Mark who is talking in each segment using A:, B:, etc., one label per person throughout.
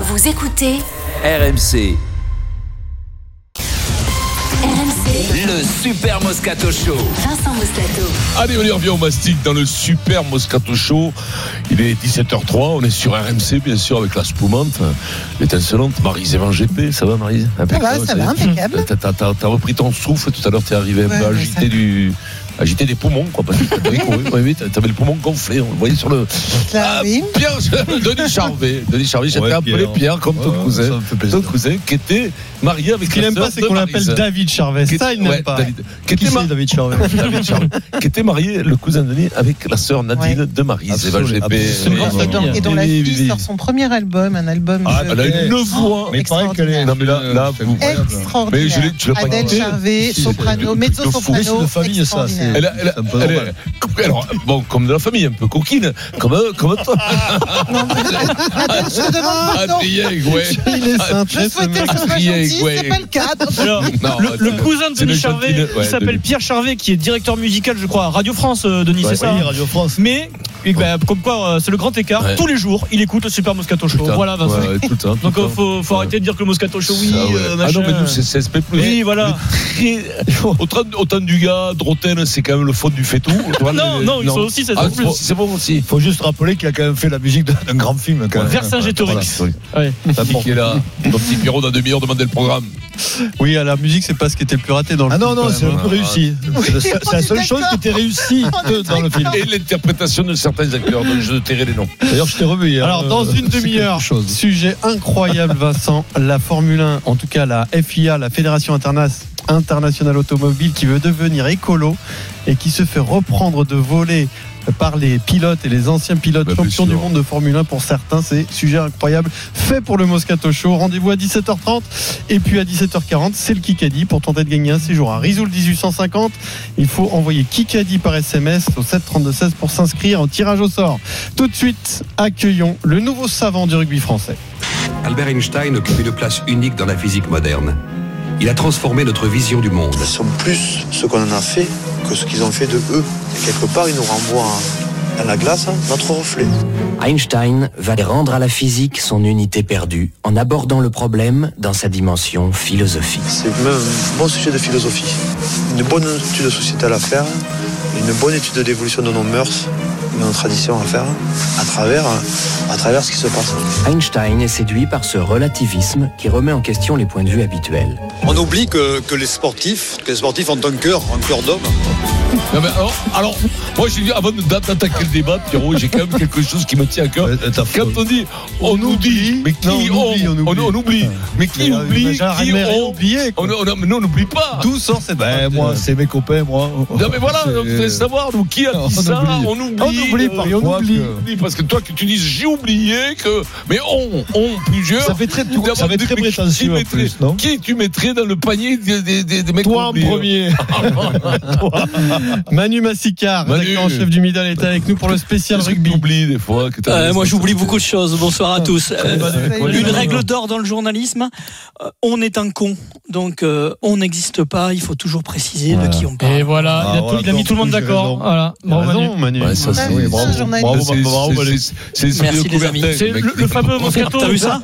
A: Vous écoutez
B: RMC,
A: RMC
B: le Super Moscato Show.
A: Vincent Moscato.
C: Allez, on y revient au Mastic dans le super Moscato Show. Il est 17h03, on est sur RMC, bien sûr, avec la spoumante, euh, l'étincelante Marise Evan GP. Ça va, Marise
D: Ça va, ça va, impeccable.
C: T'as- T'as t'as- t'as repris ton souffle tout à l'heure, t'es arrivé un
D: Ouais,
C: peu
D: ouais, ça
C: agité, du, agité des poumons, quoi, parce que t'avais couru, ouais, oui, t'avais le poumon gonflé, on le voyait sur le.
D: Là, oui.
C: Pierre, Denis Charvet. Denis Charvet, j'étais
E: Ouais,
C: appelé
E: Pierre.
C: Pierre, comme ton
E: Ouais,
C: cousin.
E: ça me fait plaisir.
C: Ton cousin qui était marié avec
E: Ce qu'il
C: la
E: n'aime pas,
C: sœur
E: c'est
C: de
E: qu'on l'appelle
C: Maryse.
E: David Charvet.
C: Qui-
E: Ça, il n'aime
C: ouais,
E: pas.
C: David. Qui
E: Qui
C: était
E: c'est
C: mar-
E: David Charvet
C: David Charvet, qui était marié, le cousin de Denis, avec la sœur Nadine de Maryse.
E: Absolument,
C: Eva GP.
E: absolument.
C: Oui,
E: C'est
C: oui,
E: grand,
C: oui.
D: Et dont la
C: Oui, oui,
D: fille
C: oui.
D: sort son premier album, un album
C: Ah,
D: de-
C: elle a une voix.
E: Mais pareil qu'elle est.
C: Non, mais là, là, vous-
D: extraordinaire.
C: Mais je l'ai- tu l'as pas
D: Adèle
C: écouté
D: Charvet,
C: Si, c'est
D: soprano,
C: un truc de fou.
E: Mais c'est
D: mezzo-soprano.
E: de famille, ça. c'est-
D: extraordinaire.
C: Elle, a- elle a-
E: C'est un peu
C: elle est-
E: normal.
C: alors, bon, comme de la famille, un peu coquine, comme, euh, comme toi.
D: Adèle, je te demande pardon.
C: Adrien, ouais.
E: Il est
D: Je
E: simple.
D: souhaitais que ce soit
C: Adrien
D: gentil, c'est
C: Gouet.
D: pas le cas.
F: Alors,
C: Non,
F: le,
C: ouais,
F: le
C: c'est-
F: cousin de
C: c'est le
F: Denis Charvet,
C: gentil de- ouais,
F: il s'appelle
C: Denis.
F: Pierre Charvet, qui est directeur musical, je crois, à Radio France, euh, Denis, c'est ça hein
E: Radio France.
F: Mais, et bah, comme quoi, euh, c'est le grand écart.
C: Ouais.
F: Tous les jours, il écoute le Super Moscato Show.
C: Putain,
F: voilà, Vincent.
C: ouais, tout le temps, tout
F: Donc,
C: le
F: euh,
C: temps.
F: faut, faut
C: Ouais.
F: arrêter de dire que le Moscato Show, oui,
C: Ah ouais.
F: euh,
C: Ah non,
F: machin.
C: mais nous, c'est c'est SP+.
F: Oui, voilà.
C: Très- Autant, autant du gars, Droten, c'est quand même le fond du faitout.
F: Non, non, ils sont aussi, ça se
C: Ah,
F: trouve plus.
C: c'est bon aussi.
E: Faut juste rappeler qu'il a quand même fait la musique d'un grand film. quand même.
F: Vercingétorix. Ouais.
C: T'as qui est là. Ton petit Pierrot dans demi-heure demandait le programme.
G: Oui, à la musique, c'est pas ce qui était le plus raté dans le
E: Ah
G: film,
E: non,
G: quand
E: non,
G: même,
E: c'est un
G: hein.
E: peu réussi. C'est la- c'est la seule chose qui était réussie
C: Oh,
E: de- dans le film.
C: Et l'interprétation de certains acteurs. Donc je tairai les noms.
E: D'ailleurs, je t'ai revu hier.
G: Alors,
E: Euh,
G: dans une
E: c'est quelque
G: demi-heure,
E: chose.
G: sujet incroyable, Vincent, la Formule 1, en tout cas la FIA, la Fédération Interna- Internationale Automobile, qui veut devenir écolo et qui se fait reprendre de voler par les pilotes et les anciens pilotes
C: Bah, bien
G: champions
C: sûr.
G: du monde de Formule 1 pour certains. C'est sujet incroyable. Fait pour le Moscato Show. Rendez-vous à 17h30 et puis à 17h40, c'est le Kikadi pour tenter de gagner un séjour à Risoul 1850. Il faut envoyer Kikadi par SMS au 732-16 pour s'inscrire au tirage au sort. Tout de suite, accueillons le nouveau savant du rugby français.
H: Albert Einstein occupe une place unique dans la physique moderne. Il a transformé notre vision du monde.
I: Nous sommes plus ce qu'on en a fait que ce qu'ils ont fait de eux. Et quelque part, ils nous renvoient à la glace hein, notre reflet.
J: Einstein va rendre à la physique son unité perdue en abordant le problème dans sa dimension philosophique.
I: C'est même un bon sujet de philosophie. Une bonne étude sociétale à faire, une bonne étude de l'évolution de nos mœurs, de nos traditions à faire, à travers, à travers ce qui se passe.
J: Einstein est séduit par ce relativisme qui remet en question les points de vue habituels.
I: On oublie que, les sportifs, que les sportifs ont un cœur, un cœur d'homme.
C: Non, mais alors, alors, moi, j'ai dit, avant de- d'attaquer le débat, Pierrot, j'ai quand même quelque chose qui me tient à cœur.
E: Ouais, t'as
C: Quand
E: faute.
C: on dit, on, nous dit, mais qui
E: Non, on
C: on,
E: oublie, on
C: on,
E: oublie.
C: on oublie. Mais qui
E: Mais, euh,
C: oublie,
E: Benjamin
C: qui
E: Reimer est
C: on,
E: oublié, quoi.
C: on, on- non, on n'oublie pas.
E: D'où sort cette. Ben,
G: parties,
E: moi,
G: là
E: c'est mes copains, moi.
C: Non, mais voilà,
E: C'est-
C: on voudrait savoir, nous, qui a dit
E: On
C: ça,
E: oublie.
C: on oublie.
E: On oublie
C: euh,
E: parfois
C: on oublie.
E: que-
C: Parce que toi, que tu dises, j'ai oublié que, mais on, on, plusieurs.
E: Ça fait très,
C: Tout d'abord,
E: ça fait
C: des-
E: très
C: mais qui- qui
E: prétentieux en
C: mettrait-
E: plus, non
C: Qui tu mettrais dans le panier des, des, des, des mecs
E: Toi en
C: oubliés
E: premier.
G: Manu Massicard,
C: Manu.
G: rédacteur en chef du Midal, est avec nous pour le spécial
C: Qu'est-ce que
G: rugby. Ah.
C: t'oublies des fois que t'as-
K: Euh, moi, j'oublie beaucoup de choses. Bonsoir à tous. Euh,
D: Une
K: une règle d'or dans le journalisme euh, on est un con. Donc, euh, on n'existe pas. Il faut toujours préciser de qui on
F: Et
K: parle.
F: voilà,
E: Ah,
F: il a,
E: voilà,
F: il a mis
E: donc,
F: tout le monde
E: j'ai raison.
F: d'accord. Voilà, bravo Manu.
G: Raison, Manu.
C: Ouais, ça, c'est-
D: oui, bravo.
C: Bravo,
E: C'est-
C: bravo,
E: c'est-
C: bravo.
E: c'est-
C: C'est c'est
K: Merci,
C: celui de
K: les amis.
C: Coubertin,
F: C'est
C: mec.
F: le, le fameux Moscato.
K: T'as vu ça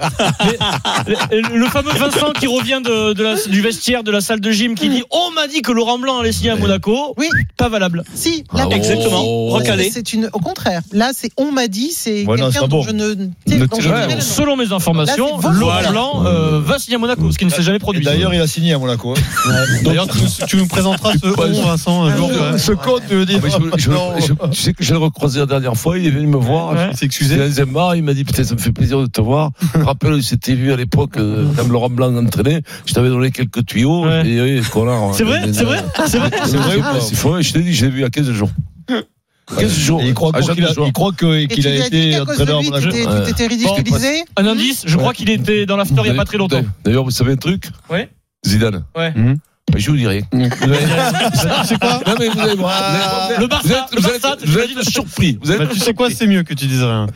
F: le, le- le fameux Vincent qui revient de, de la- du vestiaire de la salle de gym qui dit On m'a dit que Laurent Blanc allait signer à Monaco.
D: Oui.
F: Pas valable.
D: Si, là,
C: Ah,
D: par contre,
C: exactement.
D: si, parce que
K: Recalé.
D: C'est une, au contraire. Là, c'est on m'a dit, c'est
E: oh. Ouais, non, c'est
D: quelqu'un
E: pas
D: dont
E: bon.
D: je ne, dont je
C: Le
D: ne
C: terrain,
D: connais le nom.
F: Selon mes informations,
D: Là, c'est
F: Laurent
D: voilà.
F: Blanc euh, va signer à Monaco, ce qui ne s'est jamais
E: Et
F: produit.
E: D'ailleurs, il a signé à Monaco. hein.
G: D'ailleurs, tu, nous- tu nous présenteras ce
C: passes-
G: 11, Vincent, un jour.
C: je-
G: quand même.
E: Bah, Ce code, tu veux
C: Ah,
E: dire
C: mais je- je-
E: Non.
C: je- Tu sais que je l'ai recroisé la dernière fois, il est venu me voir.
F: Ouais.
C: Il s'est excusé. J'étais dans un bar, il m'a dit Putain, ça me fait plaisir de te voir. Je me rappelle, il s'était vu à l'époque, euh, quand Laurent Blanc entraînait. Je t'avais donné quelques tuyaux.
F: Ouais.
C: et, eh, connard,
F: C'est vrai
C: euh,
F: C'est vrai C'est vrai
C: C'est vrai ou pas C'est faux, Je t'ai dit, je l'ai vu il y a 15 jours. 15 jours.
E: Et il croit
C: à
E: encore
C: Jacques
E: qu'il a,
C: Jouan.
E: il croit que- euh,
D: Et
E: qu'il
D: tu lui
E: a
D: as dit
E: été
D: qu'à cause de
E: entraîneur à
D: lui, tu
E: Monaco.
D: t'es-
C: Ouais.
D: tu t'étais ridiculisé.
F: Un indice, je crois qu'il était dans l'after il n'y a pas très longtemps.
C: D'ailleurs, vous savez un truc
F: Ouais.
C: Zidane.
F: Ouais.
C: Mhm. Mais je vous dirai.
G: Hmm. sais quoi
C: Non, mais vous allez voir. Vous allez-
G: Le
C: vous êtes- vous êtes- vous êtes surpris. Euh, Vous êtes
G: Bah, tu sais quoi, c'est mieux que tu dises rien.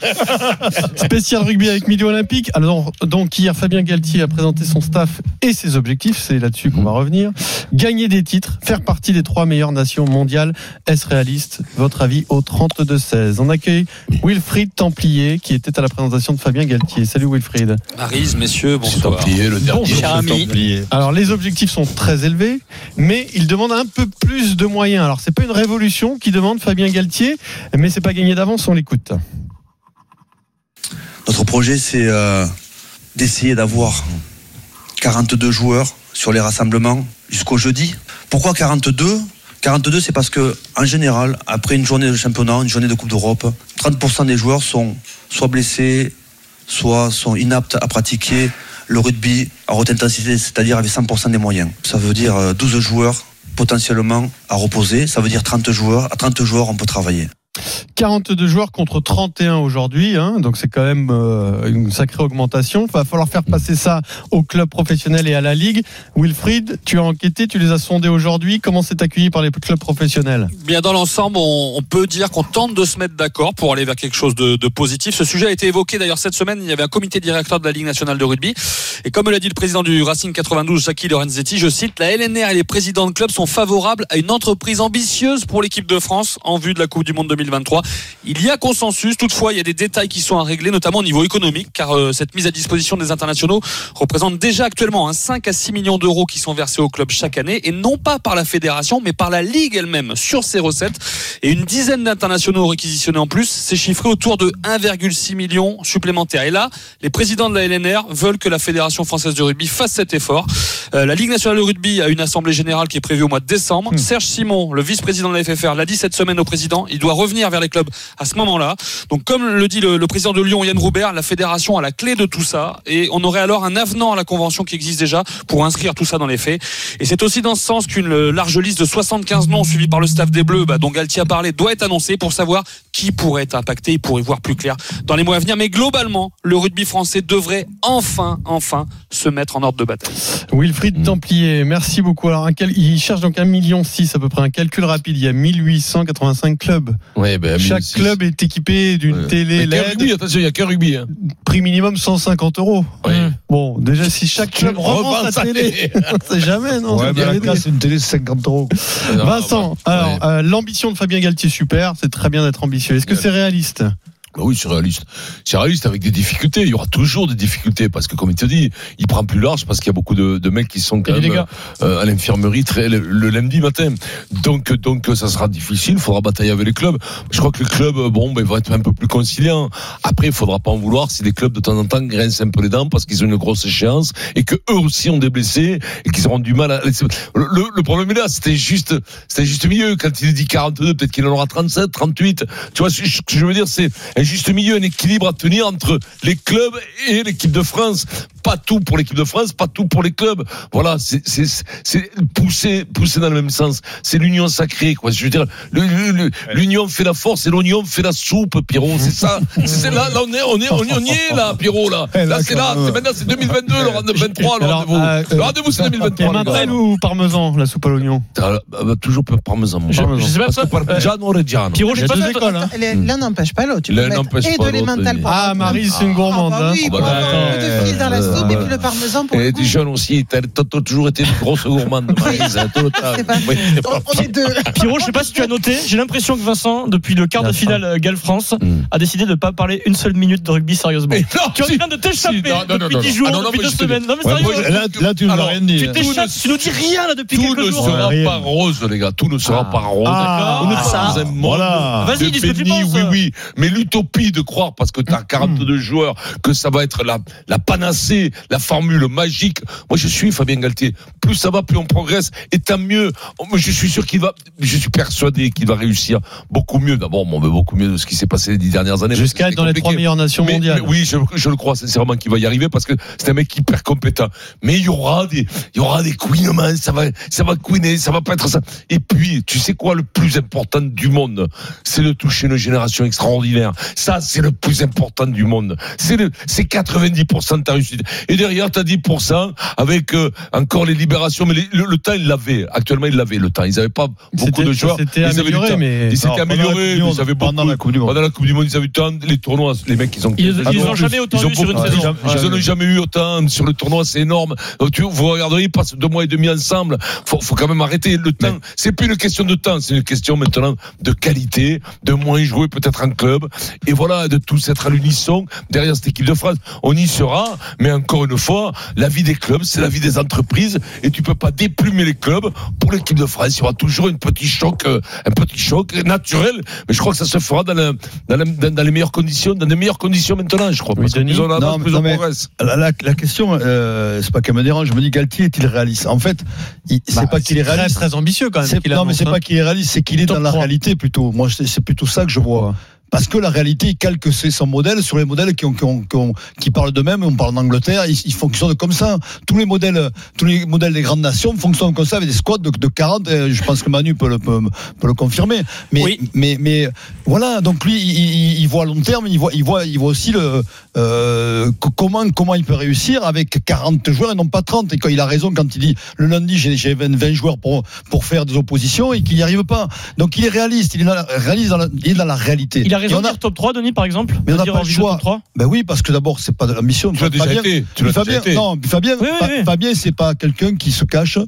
G: Spécial rugby avec milieu olympique. Alors, donc, hier, Fabien Galtier a présenté son staff et ses objectifs. C'est là-dessus qu'on va revenir. Gagner des titres, faire partie des trois meilleures nations mondiales. Est-ce réaliste Votre avis au 32-16. On accueille Wilfried Templier qui était à la présentation de Fabien Galtier. Salut Wilfried.
L: Marise, messieurs, bonsoir.
C: Templier, le dernier.
L: Cher ami.
G: Alors les objectifs sont très élevés, mais ils demandent un peu plus de moyens. Alors c'est pas une révolution qui demande Fabien Galtier, mais c'est pas gagné d'avance, on l'écoute.
M: Notre projet, c'est euh, d'essayer d'avoir 42 joueurs sur les rassemblements jusqu'au jeudi. Pourquoi 42 42, c'est parce que, en général, après une journée de championnat, une journée de Coupe d'Europe, 30% des joueurs sont soit blessés, soit sont inaptes à pratiquer le rugby à haute intensité, c'est-à-dire avec 100% des moyens. Ça veut dire euh, 12 joueurs potentiellement à reposer, ça veut dire 30 joueurs. À 30 joueurs, on peut travailler.
G: 42 joueurs contre 31 aujourd'hui, hein, donc c'est quand même euh, une sacrée augmentation. Va falloir faire passer ça au club professionnel et à la ligue. Wilfried, tu as enquêté, tu les as sondés aujourd'hui. Comment c'est accueilli par les clubs professionnels
L: Bien dans l'ensemble, on, on peut dire qu'on tente de se mettre d'accord pour aller vers quelque chose de, de positif. Ce sujet a été évoqué d'ailleurs cette semaine. Il y avait un comité directeur de la Ligue nationale de rugby. Et comme l'a dit le président du Racing 92, Jackie Lorenzetti, je cite, la LNR et les présidents de club sont favorables à une entreprise ambitieuse pour l'équipe de France en vue de la Coupe du Monde 2023. Il y a consensus. Toutefois, il y a des détails qui sont à régler, notamment au niveau économique, car euh, cette mise à disposition des internationaux représente déjà actuellement hein, 5 à 6 millions d'euros qui sont versés au club chaque année, et non pas par la fédération, mais par la Ligue elle-même sur ses recettes. Et une dizaine d'internationaux réquisitionnés en plus, c'est chiffré autour de 1,6 million supplémentaires. Et là, les présidents de la LNR veulent que la Fédération française de rugby fasse cet effort. Euh, la Ligue nationale de rugby a une assemblée générale qui est prévue au mois de décembre. Serge Simon, le vice-président de la FFR, l'a dit cette semaine au président, il doit revenir vers les clubs à ce moment-là. Donc comme le dit le, le président de Lyon, Yann Roubert, la fédération a la clé de tout ça et on aurait alors un avenant à la convention qui existe déjà pour inscrire tout ça dans les faits. Et c'est aussi dans ce sens qu'une euh, large liste de 75 noms suivis par le staff des Bleus, bah, dont Galtier a parlé, doit être annoncée pour savoir qui pourrait être impacté et pour y voir plus clair dans les mois à venir. Mais globalement, le rugby français devrait enfin, enfin se mettre en ordre de bataille.
C: Mm.
G: Wilfried Templier, merci beaucoup. Alors, un cal- il cherche donc 1,6 million à peu près. Un calcul rapide, il y a 1885 clubs.
C: Ouais, ben,
G: Chaque
C: 1006.
G: club est équipé d'une télé E
C: Mais qu'un
G: LED.
C: rugby, attention, il n'y a qu'un rugby. hein.
G: Prix minimum 150 euros.
E: Mmh.
G: Bon, déjà, si chaque club
C: Revends
G: revend sa
C: sa
G: télé,
C: télé.
G: on sait jamais, non
E: Ouais,
G: ça
E: mais
G: peut
E: la
G: arriver.
E: classe, une télé, c'est 50 euros.
G: Vincent, alors, euh, l'ambition de Fabien Galtier, super, c'est très bien d'être ambitieux. Est-ce que c'est réaliste
C: Bah oui, c'est réaliste. C'est réaliste avec des difficultés. Il y aura toujours des difficultés parce que, comme il te dit, il prend plus large parce qu'il y a beaucoup de, de mecs qui sont quand
F: Et des
C: même
F: dégâts.
C: euh, à l'infirmerie très, le, le lundi matin. Donc, donc, ça sera difficile. Il faudra batailler avec les clubs. Je crois que les clubs, bon, ben, vont être un peu plus conciliants. Après, il faudra pas en vouloir si les clubs de temps en temps grincent un peu les dents parce qu'ils ont une grosse échéance et que eux aussi ont des blessés et qu'ils auront du mal à. euh, Le, le- le problème est là. C'était juste, c'était juste milieu. Quand il dit 42, peut-être qu'il en aura 37, 38. Tu vois, ce ce que je veux dire, c'est un juste milieu, un équilibre à tenir entre les clubs et l'équipe de France. Pas tout pour l'équipe de France, pas tout pour les clubs. Voilà, c'est c'est- c'est pousser, pousser dans le même sens. C'est l'union sacrée, quoi. Je veux dire, le- le- le- l'union fait la force et l'oignon fait la soupe, Pierrot. C'est ça. C'est c'est là, là, on est, on est, on y- on y est, là, Pierrot, là.
E: Eh,
C: Là, c'est là.
E: d'accord, ouais.
C: C'est maintenant, c'est 2022, le rendez- 23, le
G: Alors,
C: rendez-vous.
G: euh,
C: Le rendez-vous, c'est
G: Et
C: 2023. les
G: Martel
C: gars.
G: ou parmesan, la soupe à l'oignon
C: Ah, là, bah, Toujours parmesan, mon
G: Je-
C: parmesan.
G: je sais pas,
C: Parce
G: ça-
C: que parmigiano, reggiano.
G: Pierrot, je sais pas ça, toi-
D: Les- L'un n'empêche pas l'autre. Tu peux
C: L'un
D: mettre
C: n'empêche
D: et
C: pas
D: de l'emmental
C: l'autre,
D: pour
G: Ah, Marie, c'est une gourmande.
D: Ah bah oui,
G: hein.
D: pour
C: bah,
D: avoir un peu de
C: ouais.
D: fil dans la
E: Euh,
D: soupe et puis le
C: Ouais.
D: parmesan pour le
C: Et
D: coup.
C: des jeunes aussi, t'as t'as- t'as toujours été une grosse gourmande, Maryse, hein, tout le temps.
D: C'est pas-
C: Oui.
D: On on est deux.
F: Pierrot, je sais pas si tu as noté, j'ai l'impression que Vincent, depuis le quart de finale euh, Galles-France, a décidé de pas parler une seule minute de rugby sérieusement.
C: Mm. Mais non,
F: Tu es en
C: si-
F: train de t'échapper
C: si, non, non, non,
F: depuis
C: non,
F: 10
C: non.
F: jours,
C: Ah, non, non,
F: depuis
C: mais
F: 2
C: je te dis-
F: semaines. Non, mais
C: Ouais, moi,
F: sérieux,
C: je- là,
E: Là, tu nous as
C: Alors,
E: rien dit.
F: tu
E: hein.
F: t'échappes, tu nous dis rien là depuis
C: Tout
F: quelques
C: ne
F: jours.
C: sera
E: rien.
C: pas rose, les gars. Tout ne sera pas rose.
E: Ah,
C: On est pas
E: ça.
C: dans un monde
E: Voilà.
C: de
F: Vas-y, dis ce que tu
C: béni,
F: penses.
C: Oui, oui. Mais l'utopie de croire, parce que
G: Hmm.
C: t'as 42 joueurs, que ça va être la, la panacée, la formule magique. Moi, je suis Fabien Galtier. Plus ça va, plus on progresse. Et tant mieux. Oh, mais Je suis sûr qu'il va, je suis persuadé qu'il va réussir beaucoup mieux. D'abord, bon, mais beaucoup mieux de ce qui s'est passé les dix dernières années.
G: Jusqu'à
C: Parce que
G: être dans les
C: c'était
G: trois
C: compliqué.
G: meilleures nations
C: Mais-
G: mondiales.
C: mais oui, je, je le crois sincèrement qu'il va y arriver parce que c'est un mec hyper compétent. Mais il y aura des, il y aura des couinements, ça va, ça va couiner, ça va pas être ça. Et puis, tu sais quoi, le plus important du monde, c'est de toucher une génération extraordinaire. Ça, c'est le plus important du monde. C'est le- c'est 90% de ta réussite. Et derrière, t'as 10% avec euh, encore les libérations. Mais les- le, le temps, ils l'avaient. Actuellement, ils l'avaient le temps. Ils n'avaient pas beaucoup
G: C'était-
C: de
G: ça
C: joueurs.
G: s'était
C: Ils avaient du
G: amélioré,
C: temps.
G: mais-
C: Ils
G: Alors,
C: s'étaient
G: pendant la Coupe du
C: améliorés. Ils avaient
G: Monde, pendant
C: beaucoup-
G: la Coupe du Monde.
C: Pendant la Coupe du Monde, ils avaient eu tant les tournois. Les mecs, ils ont.
F: Ils- ils
C: Ah non,
F: ont jamais autant
C: ils
F: eu sur une
C: beaucoup-
F: saison.
C: Ils en ont
F: Ouais.
C: jamais eu autant sur le tournoi. C'est énorme. Donc, tu, vous regarderez, ils passent deux mois et demi ensemble. Faut, faut quand même arrêter le temps. C'est plus une question de temps. C'est une question maintenant de qualité, de moins jouer peut-être en club. Et voilà, de tous être à l'unisson derrière cette équipe de France. On y sera. Mais encore une fois, la vie des clubs, c'est la vie des entreprises. Et tu peux pas déplumer les clubs pour l'équipe de France. Il y aura toujours une petit choc, euh, un petit choc naturel. Mais je crois que ça se fera dans, la- dans, la- dans- dans les meilleures conditions, dans les meilleures conditions maintenant, je crois.
E: Oui,
C: Parce que
E: Denis.
C: plus on avance,
E: Non, mais-
C: plus
E: non,
C: on
E: mais
C: progresse.
E: La, la- la question, euh, c'est pas qu'elle me dérange. Je me dis, Galtier est-il réaliste En fait, il- c'est
G: Bah,
E: pas qu'il
G: c'est
E: est
G: très,
E: réaliste.
G: très ambitieux, quand même,
E: C'est-
G: qu'il
E: non, mais
G: annonce,
E: c'est
G: hein.
E: pas qu'il est réaliste, c'est qu'il est dans la réalité plutôt. Moi, c'est c'est plutôt ça que je vois. Parce que la réalité, il calque ses- son modèle sur les modèles qui, ont, qui, ont- qui ont- qui parlent d'eux-mêmes. On parle d'Angleterre, ils, ils fonctionnent comme ça. Tous les modèles, tous les modèles des grandes nations fonctionnent comme ça avec des squads de, de 40. euh, Je pense que Manu peut le, peut- peut le confirmer. Mais, mais, mais voilà, donc lui, il, il- il voit à long terme, il voit, il voit, il voit aussi le, euh, co- comment, comment il peut réussir avec 40 joueurs et non pas 30. Et quand il a raison quand il dit le lundi, j'ai- j'ai 20, 20 joueurs pour, pour faire des oppositions et qu'il n'y arrive pas. Donc il est réaliste, il est dans la, réaliste dans la- il est dans la réalité.
F: Il a raison
E: Et on
F: de dire top 3, Denis, par exemple
E: mais on
F: De
E: n'a
F: dire
E: pas le
F: envie de
E: choix.
F: top 3.
E: Ben oui, parce que d'abord, c'est pas de l'ambition.
C: Tu l'as déjà été, tu l'as
E: Fabien,
C: déjà été.
E: non, Fabien, Fa- Fabien, c'est pas quelqu'un qui se cache.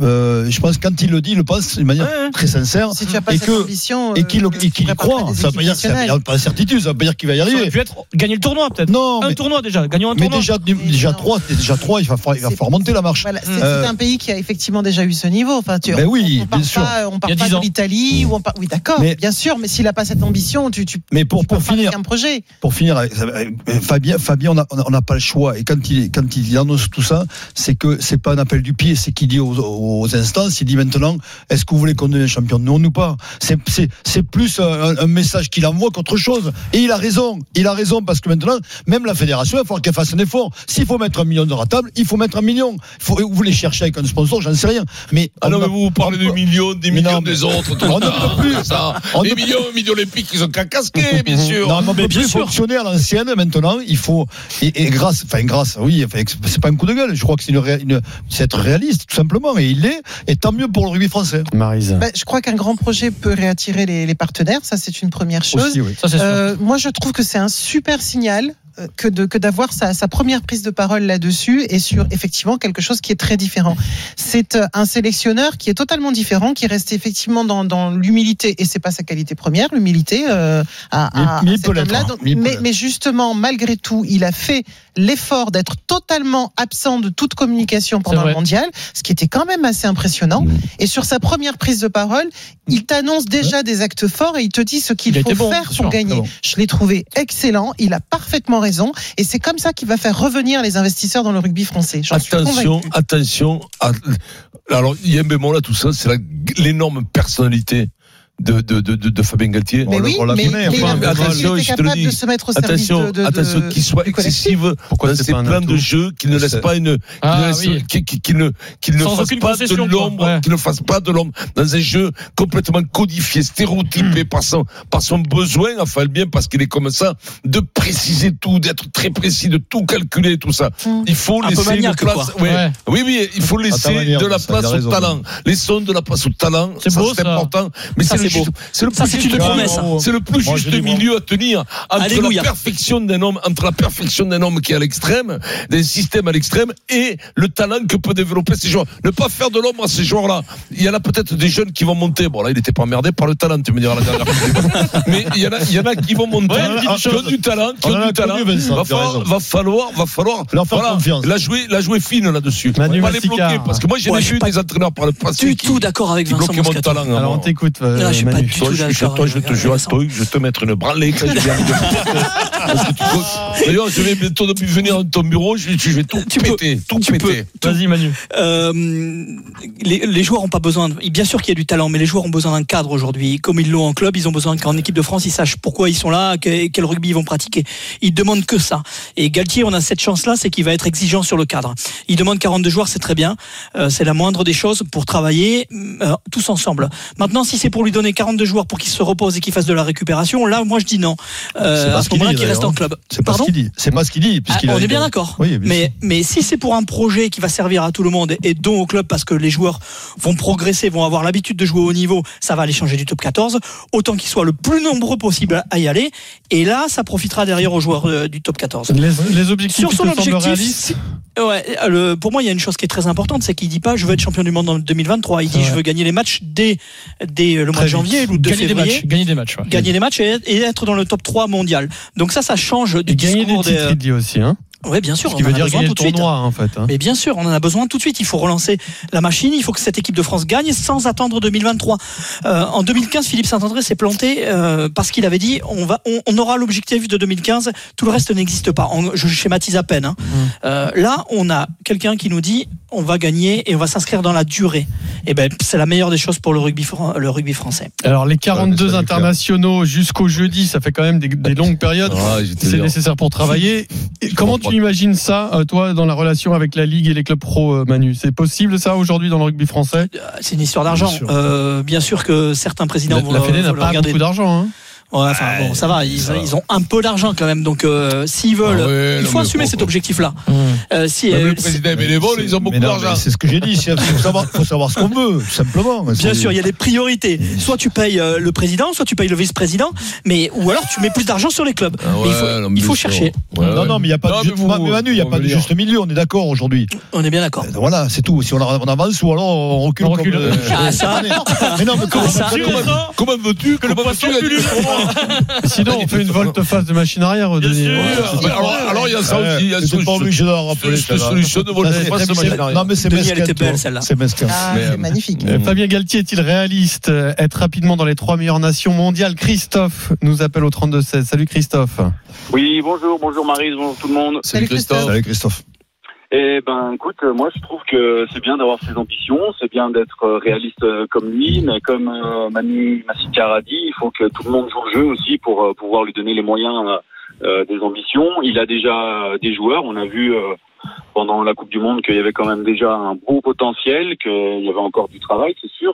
E: Euh, je pense que quand il le dit, il le pense d'une manière très sincère.
D: Si tu as pas
E: et
D: cette
E: que,
D: ambition,
E: et qu'il
D: euh,
E: et qu'il y
D: tu prépares pas
E: croit.
D: des
E: Ça veut pas dire,
D: équipes
E: ça veut dire pas certitude, ça veut pas dire qu'il va y
F: Ça aurait
E: arriver.
F: pu être gagner le tournoi, peut-être.
E: Non,
F: Un
E: mais-
F: tournoi déjà, gagnons un
E: Mais
F: tournoi.
E: déjà, déjà trois, c'est déjà trois, il va falloir, il va falloir monter la marche.
D: Voilà, c'est c'est
E: Euh,
D: un pays qui a effectivement déjà eu ce niveau. Enfin, tu,
E: Ben oui,
D: on, on part
E: bien sûr.
D: Pas, on
E: Il y
D: part
E: a
D: pas
E: 10 ans.
D: de l'Italie. ou on part- Oui, d'accord,
E: Mais-
D: bien sûr. Mais s'il n'a pas cette ambition, tu, tu,
E: Mais pour, pour
D: pars
E: finir,
D: avec un projet.
E: pour finir, avec- avec- Fabien, Fabien, on n'a- on n'a- on n'a pas le choix. Et quand il, quand il annonce tout ça, c'est que c'est pas un appel du pied, c'est qu'il dit aux, aux instances, il dit maintenant, est-ce que vous voulez qu'on devienne champion de monde ou pas C'est- C'est c'est plus un, un message qu'il envoie qu'autre chose. Et il a raison, il a raison parce que maintenant, même la fédération, il va falloir qu'elle fasse un effort. S'il faut mettre un million d'euros à table, il faut mettre un million. Il faut, vous les cherchez avec un sponsor, j'en sais rien. Mais
C: Ah non,
E: on
C: mais
E: n'a-
C: vous, vous parlez
E: on
C: des
E: peut-
C: millions, des
E: Mais
C: millions
E: non, mais-
C: des autres. tout
E: On ne
C: ça,
E: peut plus.
C: Ça.
E: On
C: Les
E: ne-
C: millions, les millions olympiques, ils ont qu'à casquer, bien sûr.
E: Non, mais on peut
C: bien
E: plus
C: sûr.
E: fonctionner à l'ancienne E, maintenant. Il faut et, et grâce, enfin grâce, oui, enfin, c'est pas un coup de gueule. Je crois que c'est une, ré- une- c'est être réaliste tout simplement. Et il l'est. Et tant mieux pour le rugby français.
G: Marise.
D: Ben, je crois qu'un grand projet peut réattirer les, les partenaires. Ça, c'est une première chose.
G: Aussi, oui. Ça, c'est sûr.
D: Euh, moi, je trouve que c'est un super signal euh, que de que d'avoir sa, sa première prise de parole là-dessus et sur effectivement quelque chose qui est très différent. C'est euh, un sélectionneur qui est totalement différent, qui reste effectivement dans, dans l'humilité et c'est pas sa qualité première, l'humilité. euh, à,
E: Mais-
D: à-
E: mais
D: à
E: il
D: cet
E: peut l'être,
D: homme-là.
E: hein.
D: Donc,
E: Mais il peut
D: mais,
E: l'être.
D: mais justement, malgré tout, il a fait l'effort d'être totalement absent de toute communication pendant le
F: vrai.
D: mondial, ce qui était quand même assez impressionnant.
K: Mm.
D: Et sur sa première prise de parole, il t'annonce déjà des actes forts et il te dit ce qu'il
F: Il a
D: faut
F: été bon,
D: faire
F: bien
D: pour
F: sûr,
D: gagner.
F: très
K: Ah
F: bon.
D: Je l'ai trouvé excellent, il a parfaitement raison et c'est comme ça qu'il va faire revenir les investisseurs dans le rugby français. J'en suis
C: Attention,
D: convaincue.
C: attention. à- Alors, il y a un bémol à tout ça, c'est la- l'énorme personnalité. De, de, de, de, de Fabien Galtier.
D: Mais On l'a- oui, on l'a mais- connaît, mais enfin, il a- il était capable de se mettre au service
C: attention,
D: de- de-
C: attention
D: de-
C: qu'il soit
D: du collectif.
C: excessive
G: Pourquoi
C: dans
G: c'est
C: ses
G: pas un
C: plans
G: atout
C: de jeu, qu'il ne laisse
G: C'est-
C: pas une,
G: Ah,
C: qu'il ne, laisse-
G: oui.
C: qu'il- qu'il- qu'il ne, qu'il ne
G: Sans
C: fasse
G: aucune
C: pas de
G: concession, quoi.
C: l'ombre,
G: Ouais.
C: qu'il ne fasse pas de l'ombre dans un jeu complètement codifié,
G: Hmm.
C: stéréotypé par son, par son besoin, enfin bien parce qu'il est comme ça, de préciser tout, d'être très précis, de tout calculer, tout ça.
D: Hmm.
C: Il faut
L: Un peu
C: laisser une
L: maniaque,
C: place.
L: quoi.
C: ouais.
L: Ouais.
C: Oui, oui, il faut
L: À ta
C: laisser
L: manière,
C: de la
L: ça, il a
C: place au
L: raison.
C: talent. Laissons de la place au talent.
L: C'est
C: ça,
L: beau,
C: C'est
L: ça.
C: important. Mais
L: Ça,
C: c'est le
L: c'est beau.
C: juste, c'est le
L: Ça,
C: plus
L: c'est
C: juste
L: une promesse,
C: milieu.
L: ça.
C: C'est le plus
L: Moi, je dis
C: juste
L: bravo.
C: milieu à tenir entre
L: Alléluia.
C: la perfection d'un homme, entre la perfection d'un homme qui est à l'extrême, d'un système à l'extrême, et le talent que peut développer ces joueurs. Ne pas faire de l'ombre à ces joueurs-là. Il y en a peut-être des jeunes qui vont monter. Bon, là, il n'était pas emmerdé par le talent, tu me diras la dernière fois. Mais il y en a, il y en a qui vont monter,
E: Ouais, on a dit une
C: qui ont
E: chose.
C: du talent, qui
E: On en
C: ont
E: a
C: du talent.
E: connu, Vincent,
C: Va
E: tu as
C: falloir,
E: raison.
C: va falloir, va falloir
E: Leur faire confiance.
C: La jouer, la jouer fine là-dessus. Pas
G: Manu
C: les
G: Massica.
C: bloquer, parce que moi, j'ai
G: Ouais, je
C: vu des entraîneurs par le passé.
G: Du
C: qui-
G: tout d'accord avec
C: qui
G: Vincent
C: bloquaient mon
G: Moscato.
C: talent. hein,
G: Alors,
C: moi.
G: on t'écoute, euh,
C: Là, je suis pas
G: Manu.
C: du tout d'accord. Toi, je te jure un truc, je vais te mettre une branlée quand je viens de- Parce que tu peux- D'ailleurs, je vais bientôt venir dans ton bureau, je, je vais tout péter. tout péter.
F: Vas-y, Manu.
K: Euh, les, les joueurs n'ont pas besoin. de- bien sûr qu'il y a du talent, mais les joueurs ont besoin d'un cadre aujourd'hui. Comme ils l'ont en club, ils ont besoin qu'en équipe de France, ils sachent pourquoi ils sont là, que- quel rugby ils vont pratiquer. Ils demandent que ça. Et Galtier, on a cette chance-là, c'est qu'il va être exigeant sur le cadre. Il demande 42 joueurs, c'est très bien. Euh, c'est la moindre des choses pour travailler euh, tous ensemble. Maintenant, si c'est pour lui donner donner 42 joueurs pour qu'ils se reposent et qu'ils fassent de la récupération, là, moi, je dis non. Euh,
E: C'est pas
K: à
E: ce
K: ce
E: qu'il
K: moment-là,
E: dit,
K: qu'ils restent en
E: d'ailleurs. hein.
K: club.
E: C'est pas ce
K: Pardon
E: qu'il dit. C'est pas ce qu'il dit. puisqu'il
K: Ah,
E: a-
K: on est bien d'accord.
E: Oui, bien sûr.
K: mais, mais si c'est pour un projet qui va servir à tout le monde et dont au club parce que les joueurs vont progresser, vont avoir l'habitude de jouer au haut niveau, ça va aller changer du top 14, autant qu'ils soient le plus nombreux possible à y aller. Et là, ça profitera derrière aux joueurs euh, du top 14.
G: Les, les objectifs
K: Sur
G: qui te
K: son
G: semblent
K: objectif,
G: réalistes
K: Ouais, euh, le- pour moi, il y a une chose qui est très importante, c'est qu'il dit pas je veux être champion du monde en 2023. Il dit je veux gagner les matchs dès, dès euh, le mois
N: Très
K: de janvier
N: vite.
K: ou de
N: Gagner des
K: février.
N: matchs, gagner des matchs, ouais.
K: Gagner des matchs et, et être dans le top 3 mondial. Donc ça, ça change du
G: Et gagner des
K: discours
G: titres, il dit aussi. Hein.
K: Oui, bien sûr.
G: Ce qui
K: on en
G: veut
K: a
G: dire
K: besoin
G: gagner le
K: tout de suite.
G: tournoi, en fait. hein.
K: Mais bien sûr, on en a besoin tout de suite. Il faut relancer la machine. Il faut que cette équipe de France gagne sans attendre 2023. Euh, en 2015, Philippe Saint-André s'est planté euh, parce qu'il avait dit on, va, on, on aura l'objectif de 2015. Tout le reste n'existe pas. En- je schématise à peine. hein.
G: Mmh.
K: Euh, là, on a quelqu'un qui nous dit on va gagner et on va s'inscrire dans la durée. Et ben, c'est la meilleure des choses pour le rugby, fran- le rugby français.
G: Alors les 42 internationaux jusqu'au jeudi, ça fait quand même des, des longues périodes.
C: Ouais, Ah, j'étais
G: c'est
C: là.
G: nécessaire pour travailler. Et comment
C: comprends
G: tu imagines ça, euh, toi, dans la relation avec la Ligue et les clubs pro, euh, Manu C'est possible ça aujourd'hui dans le rugby français
K: Euh, C'est une histoire d'argent.
G: Bien sûr.
K: Euh, bien sûr que certains présidents
G: La-
K: vont
G: la
K: le-
G: Fédé n'a
K: vont le
G: pas
K: regarder.
G: beaucoup d'argent, hein.
K: Ouais, enfin bon, ça va. Ils,
G: ça va.
K: ils ont un peu d'argent quand même, donc euh, s'ils veulent,
C: Ah ouais,
K: il
C: non,
K: faut
C: mais
K: assumer
C: bon,
K: cet
C: quoi.
K: objectif-là. Euh, si,
C: Même
K: euh,
C: le président et les vols, ils ont beaucoup
E: Mais non,
C: d'argent.
E: mais C'est ce que j'ai dit. Il faut savoir, faut savoir ce qu'on veut, tout simplement.
K: Bien sûr, il y a des priorités. Soit tu payes euh, le président, soit tu payes le vice-président, mais ou alors tu mets plus d'argent sur les clubs. Mais il
C: Ah
K: faut,
E: Ah
C: ouais, non, mais
K: il faut
C: c'est-
K: chercher.
C: Ouais, ouais.
E: non, non, mais il n'y a
C: Non,
E: pas de
C: mais
E: juste,
C: vous-
E: mais Manu, il n'y a
C: on
E: pas
C: veut
E: de
C: dire.
E: juste milieu, on est d'accord aujourd'hui. Euh,
K: On est bien d'accord.
E: Voilà, c'est tout. Si on, a- on avance ou alors on recule.
G: On recule.
E: comme, euh,
K: Ah, ça.
E: mais non, mais comment
K: Ça.
E: comment-
C: Comment- Comment veux-tu que le poisson pullule
G: Sinon, on fait une volte-face de machine arrière, Denis.
C: Ouais, alors, alors il y a ça
E: Ouais,
C: aussi, il y a
E: c'est
C: solution-
E: pas obligé d'en rappeler,
C: cette
E: ça va.
C: solution de
E: Ça, c'est
C: Wolfsburg.
E: très bien, c'est- Non, mais c'est
K: Denis, elle
E: mesquin,
K: était
E: toi.
K: belle, celle-là.
E: C'est mesquin.
D: Ah,
C: Mais, euh,
D: c'est magnifique.
G: Euh, Fabien Galtier est-il réaliste euh, Être rapidement dans les trois meilleures nations mondiales Christophe nous appelle au 32-16. Salut Christophe.
O: Oui, bonjour, bonjour Marise, bonjour tout le monde.
C: Salut Christophe.
E: Salut Christophe.
O: Eh ben, écoute, euh, moi je trouve que c'est bien d'avoir ses ambitions, c'est bien d'être euh, réaliste euh, comme lui, mais comme euh, Manu Massicara a dit, il faut que tout le monde joue le jeu aussi pour euh, pouvoir lui donner les moyens euh, euh, des ambitions. Il a déjà euh, des joueurs, on a vu euh, pendant la Coupe du Monde qu'il y avait quand même déjà un bon potentiel, qu'il y avait encore du travail, c'est sûr.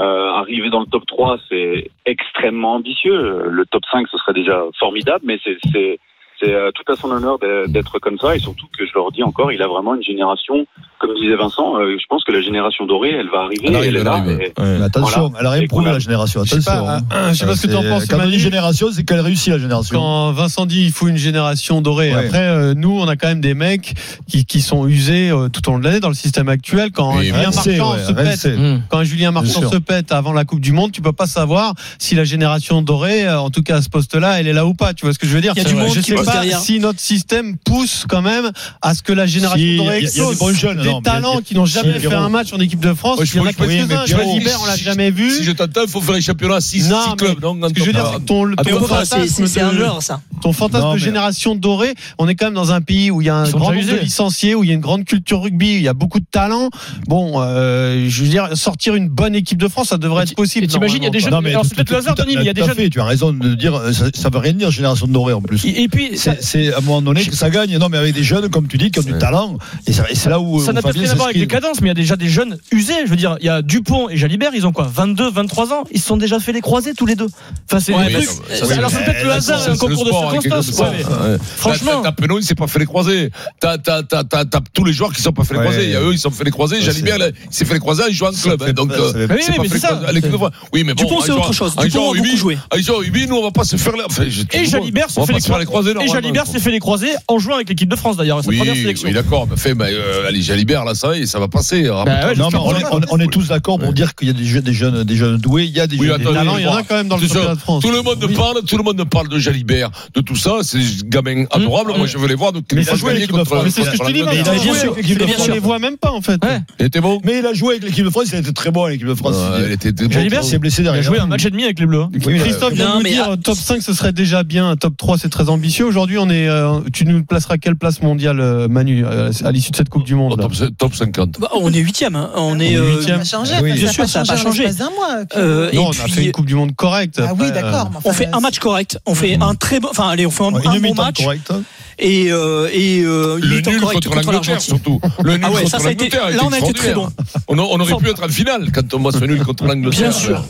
O: Euh, arriver dans le top 3, c'est extrêmement ambitieux. Le top 5, ce serait déjà formidable, mais c'est- c'est c'est euh, tout à son honneur d'être- d'être comme ça et surtout que je leur dis encore, il a vraiment une génération, comme disait Vincent, euh, je pense que la génération dorée, elle Ah va arriver,
E: Elle arrive,
O: elle est
E: elle
O: là.
E: arrive.
O: et-
E: Mais attention,
O: voilà.
E: elle a rien
O: Et
E: prouvé
O: qu'on a-
E: la génération.
G: Je sais
E: Attention. Euh,
G: pas, hein, je sais pas ce que t'en
E: C'est-
G: penses,
E: Quand on
G: Manu.
E: dit génération, c'est qu'elle réussit la génération.
G: Quand Vincent dit il faut une génération dorée.
E: Ouais.
G: Après, euh, nous, on a quand même des mecs qui, qui sont usés euh, tout au long de l'année dans le système actuel. Quand un
E: Oui,
G: Julien
E: Rincé,
G: Marchand
E: ouais,
G: se
E: Rincé.
G: pète,
E: Mm.
K: Mmh.
G: quand un Julien Marchand
E: sûr.
G: se pète avant la Coupe du Monde, tu peux pas savoir si la génération dorée, euh, en tout cas à ce poste-là, elle est là ou pas. Tu vois ce que je veux dire
K: Il y a
G: C'est
K: du
G: vrai.
K: monde
G: Je
K: qui
G: sais
K: bosse
G: pas
K: derrière.
G: si notre système pousse quand même à ce que la génération
E: Si, il y a-
G: dorée
E: il y a des
G: explose.
E: bons jeunes, non, mais il y a-
G: talents qui n'ont
E: si,
G: jamais fait
E: Pierrot.
G: un match en équipe de France.
C: Moi,
G: Il y en a
C: pense que- oui, mais
G: quelques-uns.
C: Pierrot,
G: Joël Ibert, on l'a
C: si-
G: jamais vu.
C: Si je t'entends, il faut faire les championnats 6
G: Non, mais
C: clubs. Non,
G: ce que je veux dire, c'est que ton,
C: Ah,
G: ton
C: mais on peut pas,
G: fantasme
K: c'est- c'est
G: de-
K: un leurre, ça.
G: Ton fantasme
E: Non,
G: de
E: mais-
G: génération dorée, on est quand même dans un pays où il y a un
N: Ils sont
G: grand
N: déjà
G: nombre de
N: usés.
G: licenciés, où il y a une grande culture rugby, il y a beaucoup de talent. Bon, euh, je veux dire, sortir une bonne équipe de France, ça devrait être possible.
N: et t'imagines, il y a des
G: normalement,
N: jeunes-
G: quoi.
E: Non, mais
N: Alors,
E: tout-
N: c'est peut-être
E: tout-
N: le hasard,
E: tout à-
N: Denis, mais il y a
E: tout
N: déjà-
E: à fait, tu as raison de dire, euh, ça, ça veut rien dire, génération dorée en plus.
N: Et, et puis, ça,
E: C'est- C'est à un moment donné que ça gagne, non mais avec des jeunes comme tu dis qui ont du talent et, ça- et c'est là où
N: ça n'a peut-être rien à voir avec les cadences, mais il y a déjà des jeunes usés. Je veux dire, il y a Dupont et Jalibert, ils ont quoi 22, 23 ans Ils se sont déjà fait les croisés tous les deux. Enfin, c'est
C: Ouais,
N: des
C: mais
N: trucs.
C: ça, ça, c'est-
N: Alors, c'est peut-être
C: eh,
N: le hasard
C: ça,
N: et un
C: c'est le
N: concours de
C: sport, hein, quelque
N: circonstances.
C: chose comme
N: ouais,
C: ça.
N: mais-
C: Ouais.
N: Franchement.
C: Là, T'as t'as Penaud, il s'est pas fait les croisés. T'as t'as- t'as- t'as- t'as tous les joueurs qui ne sont pas fait les
E: Ouais.
C: croisés. Il y a eux, ils se sont fait les croisés.
E: Ouais,
C: Jalibert,
E: c'est-
C: il s'est fait les croisés, il joue en club. hein,
E: fait-
C: Donc,
E: ouais,
C: euh,
E: ça fait-
N: Mais oui,
C: c'est
N: mais
C: pas
N: c'est
C: fait les
N: ça.
C: croisés à l'équipe de France. Oui, mais bon.
N: Dupont,
C: un
N: c'est
C: joueur-
N: autre chose.
C: un
N: Dupont,
C: joueur
N: on a beaucoup
C: huit,
N: joué.
C: Un joueur huit, nous, on va pas se faire les. enfin, je-
N: Et Jalibert
C: on
N: s'est
C: va
N: fait
C: pas
N: les
C: se faire les croisés.
N: croisés. Et
C: normalement.
N: Jalibert s'est fait les croisés en jouant avec l'équipe de France d'ailleurs, à sa
C: Oui,
N: première sélection.
C: oui, d'accord. Mais, fait, mais, euh, allez, Jalibert, là, ça va, ça va passer.
N: Bah
C: hein,
N: ouais,
E: Non, mais
N: justement.
E: on, est, on- on est tous d'accord pour dire qu'il y a des, jeux- des jeunes, des jeunes doués, il y a des
C: Oui,
E: jeunes. des
C: attends,
E: talents,
C: oui,
G: il y en a quand même dans le
C: C'est sûr.
G: championnat de France.
C: Tout le monde parle, tout le monde parle de Jalibert, de tout ça. C'est des gamins adorables. Moi, je veux les voir. Donc,
E: Mais
C: les
E: il a joué
C: gagner
E: avec l'équipe de
C: contre-
E: France.
G: Mais c'est ce que je te dis,
C: contre
G: Vincent. Bien
E: Mais bien
G: sûr,
E: sûr, bien
G: On
E: sûr.
G: les voit même pas, en fait.
N: Ouais.
C: Il était bon.
E: Mais il a joué avec l'équipe de France, il a été très bon avec l'équipe de France.
C: Ouais, il était très bon.
E: Jalibert, il s'est blessé
N: Il a
E: derrière.
N: joué un match et demi avec les Bleus. hein.
E: Oui, mais-
G: Christophe
K: Non,
G: vient de nous
K: mais-
G: dire euh, top 5 ce serait déjà bien, un top 3 c'est très ambitieux. Aujourd'hui on est, euh, tu nous placeras quelle place mondiale euh, Manu euh, à l'issue de cette Coupe du Monde
C: Au
N: Oh,
G: là
C: top top 50.
K: Bah, on est huitième. hein. On est euh,
G: huitième.
D: Ça a changé,
G: Oui.
K: Bien sûr, ça n'a pas changé.
D: un mois. puis-
K: Euh, et
G: Non, on a
K: puis-
G: fait une Coupe du Monde correcte.
D: Ah
G: Après,
D: oui,
G: euh,
D: d'accord. mais enfin, Mm.
K: on fait un match correct, on fait un très bon, enfin allez, on fait un,
G: Une
K: un bon
G: demi-temps
K: match
G: correcte.
D: hein.
K: et euh, et euh, une
C: Le
K: mi-temps
C: nul
K: correcte
C: contre l'Angleterre
K: l'Argentine.
C: surtout. Le nul
K: Ah ouais, ça,
C: contre
K: ça a été-
C: l'Angleterre.
K: là, on a été très
C: extraordinaire. On, a- on aurait pu être en finale quand on voit ce nul contre l'Angleterre.
K: Bien sûr.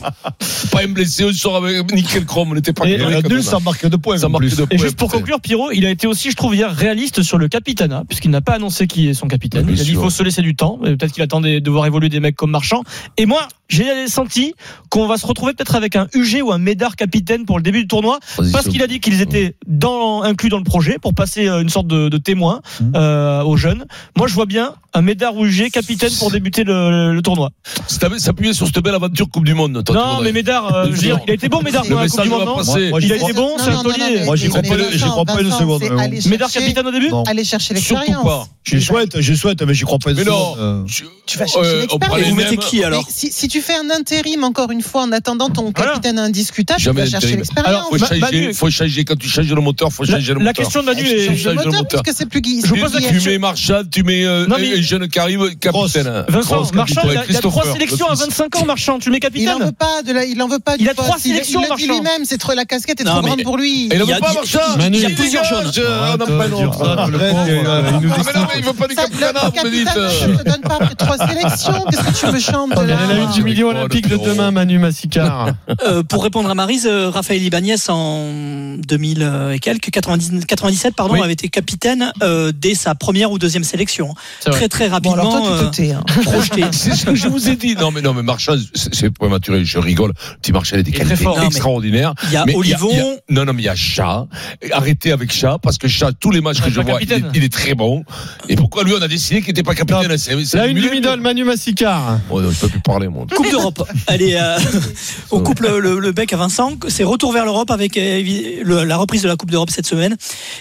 C: Pas un blessé, on sort avec Nickel Chrome, on n'était pas
E: Et
C: géré
E: le
F: euh,
C: quand
E: nul,
C: même.
E: ça marque deux points.
C: Ça
E: en
C: marque
E: plus.
C: deux
F: Et
C: points.
F: juste pour conclure, Pierrot, il a été aussi, je trouve, hier réaliste sur le capitana, puisqu'il n'a pas annoncé qui est son capitaine.
C: Bien
F: Il a dit qu'il
C: sûr.
F: faut se laisser du temps. Euh, Peut-être qu'il attendait de voir évoluer des mecs comme Marchand. Et moi, j'ai senti qu'on va se retrouver peut-être avec un UG ou un Médard capitaine pour le début du tournoi,
C: Vas-y,
F: parce
C: Sob.
F: qu'il a dit qu'ils étaient dans, inclus dans le projet pour passer euh, une sorte de, de témoin
C: Hum.
F: euh, aux jeunes. Moi, je vois bien un Médard ou UG capitaine pour débuter le, le tournoi.
C: C'est- S'appuyer sur cette belle aventure Coupe du Monde. toi, tu
F: Non,
C: voudrais.
F: mais Médard, euh, je veux dire, il a été bon Médard
C: Le
F: dans la Coupe
C: message
F: du Monde,
C: va
F: non
C: passer.
E: Moi,
F: Il a
E: j'y
F: été
E: crois-
F: bon,
D: Non,
F: c'est
D: non,
F: un
D: non, non,
F: taulier.
D: mais-
E: Moi, j'y
D: mais
E: crois pas-
D: Vincent,
E: j'y crois pas une
D: Vincent,
E: seconde,
D: c'est
E: mais bon.
D: aller
F: Médard
D: chercher-
F: capitaine au début
E: Non.
D: Aller chercher
C: Surtout
D: l'expérience.
C: pas.
E: J'y souhaite, j'y souhaite, mais j'y crois pas une
C: Mais non.
E: seconde. euh.
C: Tu-
D: Tu vas chercher
C: euh, on prend
D: l'expérience.
C: les
K: Et vous mettez
C: mêmes.
K: qui alors
D: Mais si, si tu fais un intérim encore une fois en attendant ton
F: Voilà.
D: capitaine indiscutable,
C: Jamais
D: tu vas chercher
C: d'intérim.
D: l'expérience.
C: Faut
F: Ma-
C: changer,
F: Manu-
C: faut changer. Quand tu changes le moteur, faut
F: La,
C: changer le
F: la
C: moteur.
F: question de Manu
D: Tu
F: est.
D: changes
C: change
D: le
C: le
D: moteur
C: moteur.
D: puisque c'est plus Guy.
F: Je vous pose la
D: Guy-
C: Tu mets Marchal, tu mets euh,
F: Non,
C: un
F: mais-
C: un jeune qui arrive, capitaine.
F: Vincent,
C: Grosse,
F: Marchand,
C: capitaine.
F: il a, il a trois
C: Bah, Christopher,
F: sélections
C: le
F: à
C: Suisse.
F: 25 ans, Marchand. Tu le mets
D: Il en
F: capitaine
D: veut pas de la, il en veut pas.
F: Il
D: du
F: a
D: poste.
F: trois
D: Il- il
F: sélections,
D: l'a dit
F: Marchand.
D: lui-même, c'est trop la casquette est
K: Non,
D: trop
K: mais-
D: grande pour lui.
C: Et il en
K: Il y
C: veut
K: a-
C: pas
K: il y a-
C: Marchal
K: il y a
C: Il
K: plusieurs
C: dégage, euh,
K: jeunes.
C: On n'en
G: Arrête
C: pas
G: de
C: un
G: dire ça,
C: autre.
G: le pauvre, il nous
C: Ah, mais non, mais il
G: explique.
C: veut pas du
D: Ça,
C: capitana,
D: le
C: vous me dites.
D: capitaine ne te donne pas après trois sélections. Qu'est-ce que tu me chantes
G: Il y a la
D: là
G: une du milieu
C: Avec moi, Oh, le
G: olympique de
C: Pierrot.
G: demain, Manu Massicard.
K: Euh, pour répondre à Marise, euh, Raphaël Ibanez en 2000 euh, et quelques, 90 97 pardon,
F: Oui.
K: avait été capitaine euh, dès sa première ou deuxième sélection.
F: C'est vrai.
K: Très très
D: Bon,
K: rapidement
D: alors toi, tu
K: euh,
D: te tais. hein.
K: projeté.
C: C'est ce que je vous ai dit. Non, mais, non, mais Marchand, c'est c'est prématuré, je rigole. Petit Marchand a des
F: Il est très
C: qualités
F: fort.
K: Non, mais-
C: extraordinaires.
K: Il y a
C: Mais
K: Olivon,
C: il y a- Non, non, mais il y a Chat. Et Arrêtez avec Chat, parce que Chat, tous les matchs que
F: Ouais,
C: je
F: pas
C: vois, il est,
F: capitaine.
C: il est très bon. Et pourquoi lui, on a décidé qu'il n'était pas capitaine c'est- c'est
G: La une du
C: nul.
G: middle, Manu Massicard.
C: Oh, non, je peux plus parler, mon.
K: Coupe d'Europe. Allez, euh, on coupe le, le- le bec à Vincent. C'est retour vers l'Europe avec euh, évi- le- la reprise de la Coupe d'Europe cette semaine.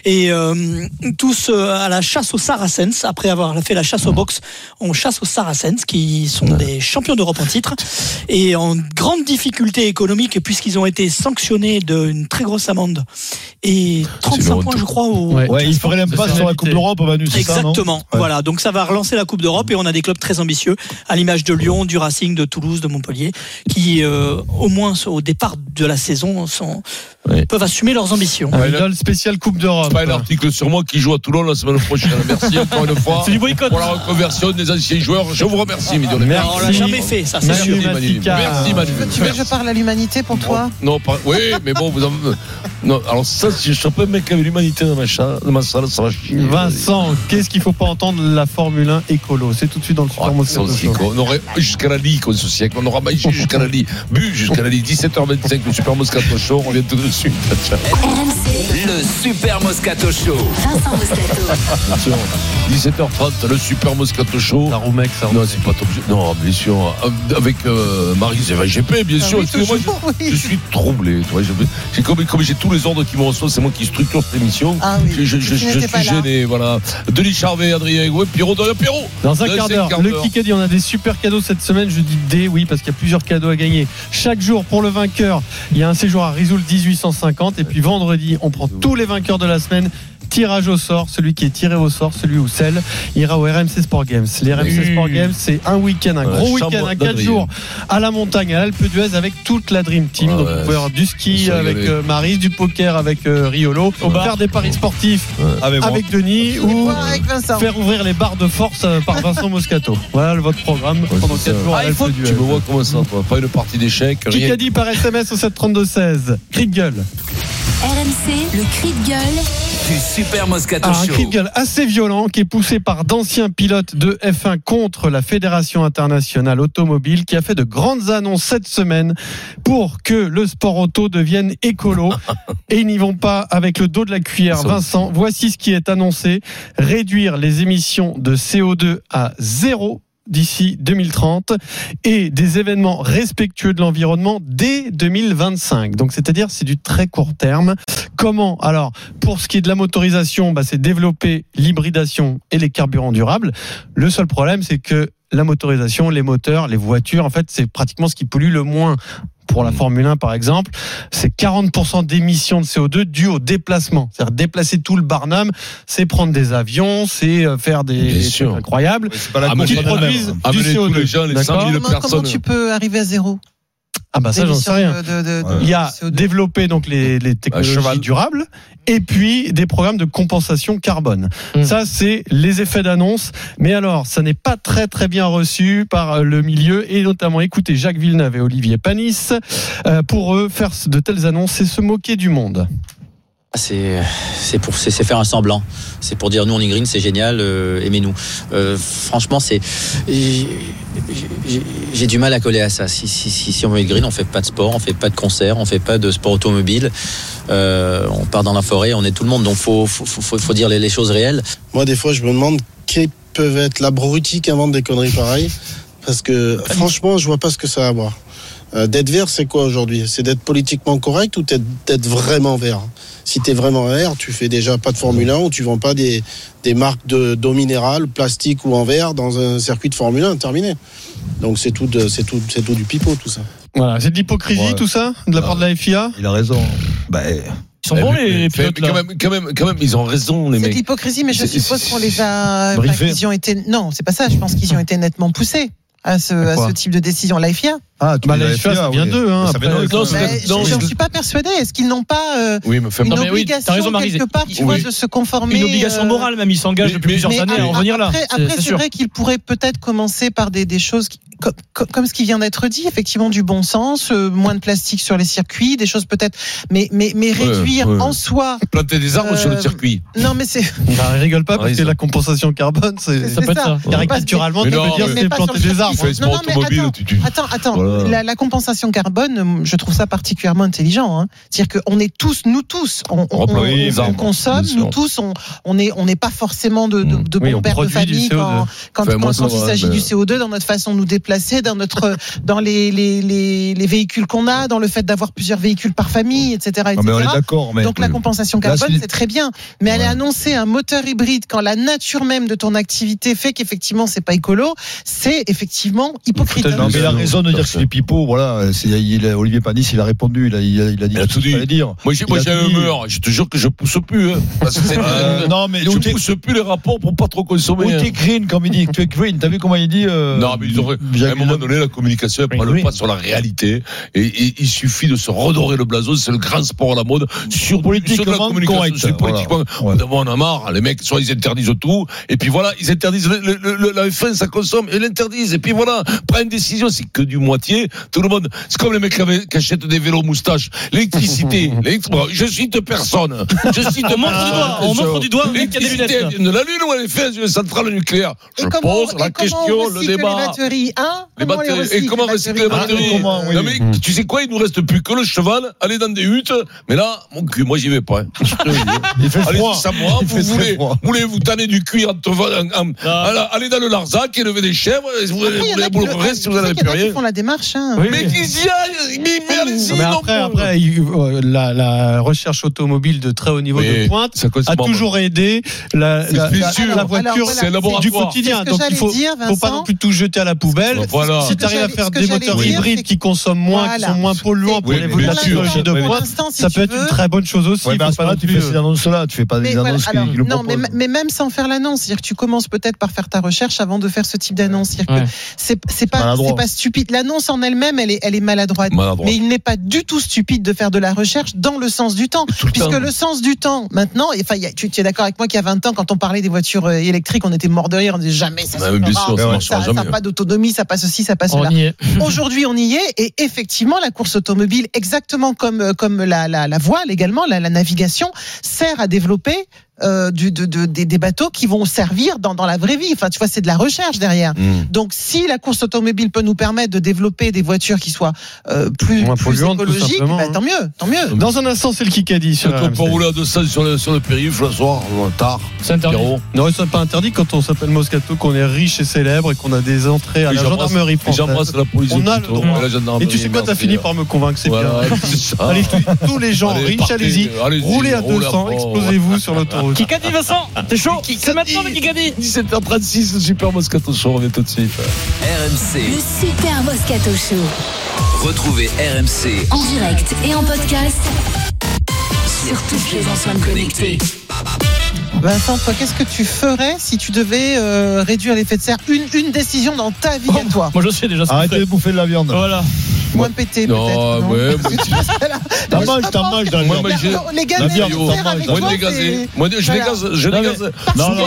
K: Et euh, tous euh, à la chasse aux Saracens, après avoir fait la chasse aux box, on chasse aux Saracens, qui sont des champions d'Europe en titre, et en grande difficulté économique, puisqu'ils ont été sanctionnés d'une très grosse amende. Et 35
C: honte.
K: points, je crois, au,
G: Ouais.
E: Ouais, il ferait
G: Ça,
E: l'impasse
G: c'est
E: sur la
G: réalité.
E: Coupe d'Europe, Manu, c'est ça, non
K: Exactement. Voilà. Donc ça va relancer la Coupe d'Europe et on a des clubs très ambitieux, à l'image de Lyon, du Racing, de Toulouse, de Montpellier, qui euh, au moins au départ de la saison sont,
C: Ouais.
K: peuvent assumer leurs ambitions.
G: Un
F: Ah,
C: Ouais, là-
G: middle spécial Coupe d'Europe.
C: Pas un article sur moi qui joue à Toulon la semaine prochaine. Merci encore une fois
F: C'est du boycott.
C: pour la reconversion des anciens joueurs. Je vous remercie, Midion.
D: Ah,
G: Merci.
K: Alors, on l'a jamais fait, ça c'est
G: Merci.
K: sûr.
C: Merci, Manu.
G: Massica.
C: Merci, Manu.
D: Tu veux- Tu veux que je parle à l'humanité pour toi
C: Non, pas- oui, mais bon, vous en. Non, alors ça, si je suis pas un mec avec l'humanité dans ma, cha- dans ma salle, ça va chier.
G: Vincent, qu'est-ce qu'il faut pas entendre de la Formule 1 écolo C'est tout de suite dans le
C: Oh,
G: Super Moscato
C: ça aussi,
G: Show.
C: quoi. On aurait jusqu'à la Ligue, ce siècle. On aura mangé jusqu'à la Ligue, bu jusqu'à la Ligue. 17h25, le Super Moscato Show. On revient tout de suite. Ciao.
A: RMC,
B: Le Super Moscato Show.
A: Vincent Moscato.
C: 17h30, le Super Moscato Show.
G: La roue mec, ça.
C: Non, c'est pas ton objet. Non, bien sûr. Avec euh, Marie GP, bien
D: Ah
C: sûr.
D: oui,
C: Excusez-moi,
D: toujours,
C: je,
D: oui.
C: je suis troublé. tu vois. Je- j'ai comme, comme j'ai tous les ordres qui me reçoivent, c'est moi qui structure cette émission.
D: Ah oui,
C: Je, je- je-
D: tu
C: je
D: n'étais pas
C: suis
D: là.
C: gêné. Voilà. Denis Charvet, Adrien Gouet, Pierrot, Dorian Pierrot.
G: Dans un
C: Dans
G: quart
C: un
G: d'heure,
C: quart
G: le
C: d'heure.
G: Kikadi, on a des super cadeaux cette semaine. Je dis des, oui, parce qu'il y a plusieurs cadeaux à gagner. Chaque jour, pour le vainqueur, il y a un séjour à Risoul 1850. Et puis vendredi, on prend tous les vainqueurs de la semaine. Tirage au sort, celui qui est tiré au sort, celui ou celle, ira au RMC Sport Games. Les RMC Sport Games, c'est un week-end, un
C: Ouais,
G: gros
C: chambre
G: week-end, un 4
C: d'Adrien.
G: jours à la montagne, à l'Alpe d'Huez avec toute la Dream Team.
C: Ah
G: Donc,
C: ouais,
G: vous pouvez avoir du ski
C: c'est
G: avec
C: régalé.
G: euh, Maryse, du poker avec euh, Riolo, faire des paris sportifs
E: Avec moi.
G: avec Denis
D: Des
G: ou
D: points avec Vincent.
G: faire ouvrir les barres de force euh, par Vincent Moscato. Voilà le- votre programme pendant
C: c'est
G: 4
C: ça.
G: jours à
C: Ah, il faut-
G: l'Alpe
C: Tu
G: d'Huez.
C: me vois comment ça, toi Pas une partie d'échecs, rien.
G: Kikadi par SMS au 732-16. Cri de gueule.
A: RMC, le cri de gueule
B: Du Super Moscato
G: Ah, un
B: Show.
G: cri de gueule assez violent qui est poussé par d'anciens pilotes de F1 contre la Fédération internationale automobile qui a fait de grandes annonces cette semaine pour que le sport auto devienne écolo. Et ils n'y vont pas avec le dos de la cuillère.
C: Ça
G: Vincent, voici ce qui est annoncé. Réduire les émissions de CO2 à zéro d'ici 2030 et des événements respectueux de l'environnement dès 2025. Donc c'est-à-dire c'est du très court terme. Comment Alors pour ce qui est de la motorisation, bah, c'est développer l'hybridation et les carburants durables. Le seul problème c'est que la motorisation, les moteurs, les voitures, en fait c'est pratiquement ce qui pollue le moins pour la Formule 1 par exemple, c'est 40% d'émissions de CO2 dues au déplacement. C'est-à-dire déplacer tout le Barnum, c'est prendre des avions, c'est euh, faire des, des trucs incroyables.
C: pas la
D: Ah,
G: Pour qu'ils
C: course
G: Ah, produisent
C: même. Amener
G: du
C: tous
G: CO2.
C: les gens, les
G: d'accord
C: 100 000
D: Comment, comment tu peux arriver à zéro
G: ah bah ça j'en sais
D: d'émissions
G: rien.
D: de- de- de-
G: Il y a développé donc les, les technologies
C: cheval.
G: durables et puis des programmes de compensation carbone.
D: Hmm.
G: Ça c'est les effets d'annonce. Mais alors ça n'est pas très très bien reçu par euh, le milieu et notamment écoutez Jacques Villeneuve et Olivier Panis. Euh, pour eux faire de telles annonces c'est se moquer du monde.
P: C'est c'est pour c'est c'est faire un semblant. C'est pour dire nous on est green, c'est génial, euh, aimez-nous. Euh, franchement, c'est j'ai- j'ai j'ai du mal à coller à ça. Si si si, si on veut être green, on fait pas de sport, on fait pas de concert, on fait pas de sport automobile. Euh, on part dans la forêt, on est tout le monde. Donc faut faut faut- faut, faut dire les, les choses réelles.
Q: Moi, des fois, je me demande quels peuvent être l'abruti qui invente des conneries pareilles. Parce que franchement, je vois pas ce que ça va avoir. Euh, d'être vert, c'est quoi aujourd'hui C'est d'être politiquement correct ou d'être- d'être vraiment vert Si tu es vraiment vert, tu fais déjà pas de Formule 1 ou tu vends pas des, des marques de- d'eau minérale, plastique ou en verre dans un circuit de Formule 1 terminé. Donc c'est tout, de- c'est tout, c'est tout du pipeau, tout ça.
G: Voilà, c'est de l'hypocrisie
Q: Ouais.
G: tout ça de la part de la FIA.
Q: Il a raison.
G: ils
C: Eh, mais- mais- mais quand même, quand même, quand même, ils ont raison, les
D: C'est
C: mecs.
D: de l'hypocrisie, mais je
C: C'est-
D: suppose
C: c'est-
D: qu'on les a. euh,
C: Briefés.
D: enfin, qu'ils y ont été... Non, c'est pas ça. Je pense qu'ils y ont été nettement poussés à ce, à
C: quoi
D: ce type de décision. La FIA
E: Ah,
G: Bah, la FIA, ça vient d'eux. Hein, après.
D: Mais je- J'en suis pas persuadé. Est-ce qu'ils n'ont pas euh,
C: Oui, mais fais
D: une
C: pas- mais oui,
D: obligation
C: t'as raison, Marie.
D: quelque part, tu vois,
C: Oui.
D: de se conformer
F: Une obligation
D: euh,
F: morale, même. Ils s'engagent depuis plusieurs
D: mais
F: années à
D: a-
F: en revenir là.
D: Après,
F: C'est-
D: après,
F: c'est
D: c'est
F: sûr.
D: vrai qu'il pourrait peut-être commencer par des, des choses qui- co- co- comme ce qui vient d'être dit, effectivement, du bon sens, euh, moins de plastique sur les circuits, des choses peut-être, mais, mais, mais
C: Ouais,
D: réduire
C: ouais.
D: en soi.
C: Planter des arbres sur le
D: Euh,
C: circuit.
D: Non, mais c'est.
G: Bah, rigole
C: Ah,
G: pas parce que la compensation carbone, c'est
D: C'est ça.
G: Caricaturellement, tu
D: Mais
G: peux
D: non,
G: dire
D: mais-
G: c'est
D: mais pas
G: planter
D: sur le
G: des arbres.
D: circuit. Non, non, mais attends, Attends, attends.
G: Voilà.
D: La, la compensation carbone, je trouve ça particulièrement intelligent. hein. C'est-à-dire qu'on est tous, nous tous, on, on-
C: Oh, bah
D: on-
C: oui,
D: on
C: bien sûr.
D: consomme,
C: Bien sûr.
D: nous tous, on on est, on n'est pas forcément de, de, de
C: Oui,
D: bons
C: on
D: pères de
C: produit du
D: famille
C: CO2.
D: quand, quand,
C: Enfin, moi,
D: quand-
C: ça
D: quand il
C: va,
D: s'agit
C: mais-
D: du CO2, dans notre façon de nous déplacer, dans notre, dans les, les, les, les véhicules qu'on a, dans le fait d'avoir plusieurs véhicules par famille, etc.
E: Non, mais on
D: etc..
E: est d'accord, mais-
D: Donc la compensation
E: Là,
D: carbone,
E: c'est-
D: c'est très bien. Mais aller annoncer un moteur hybride quand la nature même de ton activité fait qu'effectivement c'est pas écolo, c'est effectivement hypocrite.
E: Non, mais il a raison de dire que c'est des pipeaux. Voilà, c'est- il a- Olivier Panis, il a répondu. Il a, il a- il a dit
C: Il a
E: ce
C: tout
E: qu'il
C: dit.
E: fallait dire.
C: Moi, j'ai,
E: Il
C: moi,
E: a
C: j'ai
E: tout
C: un
E: dit.
C: humeur. Je te jure que je pousse plus. Hein, parce que c'est-
E: Euh, non, mais
C: je
E: où t'es-
C: pousse plus les rapports pour pas trop
E: Ou
C: consommer. hein.
E: t'es green, comme il dit. Tu es green. T'as vu comment il dit euh,
C: Non, mais ils auraient- à un moment donné, la communication, elle prend le pas sur la réalité. Et, et il suffit de se redorer le blason. C'est le grand sport à la mode. Sur, sur de la
E: Politiquement
C: communication.
E: correct,
C: sur
E: voilà.
C: politiquement. D'abord, on en a marre. Les mecs, soit ils interdisent tout. Et puis voilà, ils interdisent. Le, le- le- la F1, ça consomme. Ils l'interdisent. Et puis voilà, prends une décision. C'est que du moitié. Tout le monde. C'est comme les mecs qui avaient- qui achètent des vélos moustaches. L'électricité. l'électri- bon, Je cite personne. Je cite
F: On montre du
C: personne.
F: doigt, on montre du doigt, mec, il y a des
C: L'électricité,
F: lunettes, là.
C: elle vient de la Lune ou elle est faite d'une centrale nucléaire Je
D: Comment on-
C: pose la
D: et comment on
C: question, le
D: recycle Les
C: débat.
D: batteries, hein
E: Eh ben,
C: Les
D: Comment on
C: batteries-
D: recycle,
C: et comment recycler les
D: Ah,
C: batteries
G: Ah,
C: Non, mais tu sais quoi, il nous reste plus que le cheval, aller dans des huttes, mais là, mon cul, moi j'y vais pas. hein. Je te le dis.
E: Il fait
C: allez
E: froid.
C: tous à moi,
E: Il
C: vous
E: fait très
C: voulez,
E: froid.
C: vous voulez vous tanner du cuir entre vo- en- en- Allez- allez dans le Larzac, élevez des chèvres, et vous
D: Après, il y en a
C: voulez
D: qui
C: vous
D: le-
C: reste, vous
D: tu sais
C: n'avez
D: qu'il y
C: plus
D: en a qui
C: rien.
D: font la démarche. hein. Eh
G: Oui,
C: Mais
G: oui.
C: qu'ils y aillent, mais, mais allez-y,
G: Non, mais
C: non,
G: après,
C: bon.
G: après, il- euh, la, la recherche automobile de très haut niveau
C: Oui,
G: de pointe
C: ça cause
G: a
C: pas,
G: toujours aidé la,
C: C'est
G: la,
C: plus
G: la-
C: sûr.
G: la
C: Alors,
G: voiture
C: voilà, c'est un laboratoire.
G: du
D: C'est
G: quotidien.
D: ce que
G: Donc il
D: j'allais
G: faut,
D: dire,
G: faut pas
D: Vincent.
G: non plus tout jeter à la poubelle.
C: Voilà.
G: Si tu arrives à
D: Ce que
G: faire des
D: j'allais
G: moteurs
D: dire,
G: hybrides
D: c'est
G: qui consomment moins, qui sont
D: Voilà.
G: moins polluants pour
E: Oui,
G: les
E: mais
G: la
E: bien sûr.
G: technologie de
E: Oui, mais-
G: pointe,
D: l'instant, si
G: ça
D: tu
G: peut être une
D: veux-
G: très bonne chose aussi.
E: Ouais, mais à
G: faut
E: ce
G: pas
E: moment-là,
G: non
E: tu
G: plus,
E: fais ces
G: euh,
E: annonces-là. Tu fais pas des
D: Mais voilà,
E: annonces qui
D: alors,
E: qui le
D: non, mais,
E: proposent.
D: mais même sans faire l'annonce, c'est-à-dire que tu commences peut-être par faire ta recherche avant de faire ce type d'annonce. C'est-à-dire que
E: Ouais.
D: c'est c'est pas,
E: maladroit.
D: c'est pas stupide. L'annonce en elle-même, elle est, elle est maladroite.
E: Maladroit.
D: Mais il n'est pas du tout stupide de faire de la recherche dans le sens du temps,
C: le
D: puisque
C: temps.
D: le sens du temps maintenant, et enfin, il y a- tu, tu es d'accord avec moi qu'il y a 20 ans, quand on parlait des voitures euh, électriques, on était mort de rire, on disait jamais ça.
C: Bah,
D: se
C: bien
D: fera.
C: sûr, ça marchera
D: ça, ça
C: jamais.
D: a pas d'autonomie, ça passe ceci, ça passe
F: On
D: cela.
F: y est.
D: Aujourd'hui, on y est, et effectivement, la course automobile, exactement comme euh, comme la, la, la voile également, la, la navigation, sert à développer euh, du, de, de- des, des bateaux qui vont servir dans, dans la vraie vie. Enfin, tu vois, c'est de la recherche derrière.
C: Mm.
D: Donc, si la course automobile peut nous permettre de développer des voitures qui soient euh, plus,
G: Moins
D: plus
G: polluantes, tout
D: écologiques,
G: simplement,
D: bah,
G: hein.
D: tant mieux, tant mieux.
G: Dans un instant, Ah, c'est le Kikadi sur
C: Surtout
G: RMC.
C: pour rouler à 200 sur le, sur le périph' le soir, ou tard.
F: C'est interdit.
C: Pierrot.
G: Non, c'est pas interdit quand on s'appelle Moscato, qu'on est riche et célèbre et qu'on a des entrées à
C: Et
G: la
C: j'embrasse-
G: gendarmerie
C: et
G: française.
C: j'embrasse la police
G: On a le
C: plutôt,
G: droit.
C: et la gendarmerie,
G: Et tu sais quoi, t'as
C: merci.
G: fini par me convaincre, c'est
C: Voilà,
G: bien.
C: c'est ça.
G: Ah. Allez, tous- tous les gens
C: Allez,
G: riches,
C: partez,
G: allez-y.
C: allez-y,
G: roulez à
C: roulez à
G: 200,
C: fond.
G: explosez-vous sur l'autoroute.
F: Kikadi, Vincent, c'est chaud. C'est maintenant le Kikadi.
C: 17h36, le Super Moscato Show, on revient tout de suite.
A: Le Super Moscato Show.
B: Retrouvez RMC
A: En direct et en podcast sur toutes les enceintes connectées.
D: Vincent, toi, qu'est-ce que tu ferais si tu devais euh, réduire l'effet de serre une, une décision dans ta vie
G: Oh,
D: à toi
F: Moi, je sais déjà ce
E: Arrêtez de bouffer de la viande.
F: Voilà.
D: Moins pété, peut-être.
C: Non, ouais, moi,
E: T'en manges, t'en manges dans la
C: moi,
E: viande.
C: moi, j'ai-
D: Les gars,
C: la
D: les
C: viande,
D: gars,
C: on
D: faire
C: mange,
D: avec
C: moi,
D: toi,
C: je dégaze,
D: c'est-
C: moi, je
D: Voilà.
C: dégaze, je
D: Non, mais
C: dégaze.
D: particulièrement-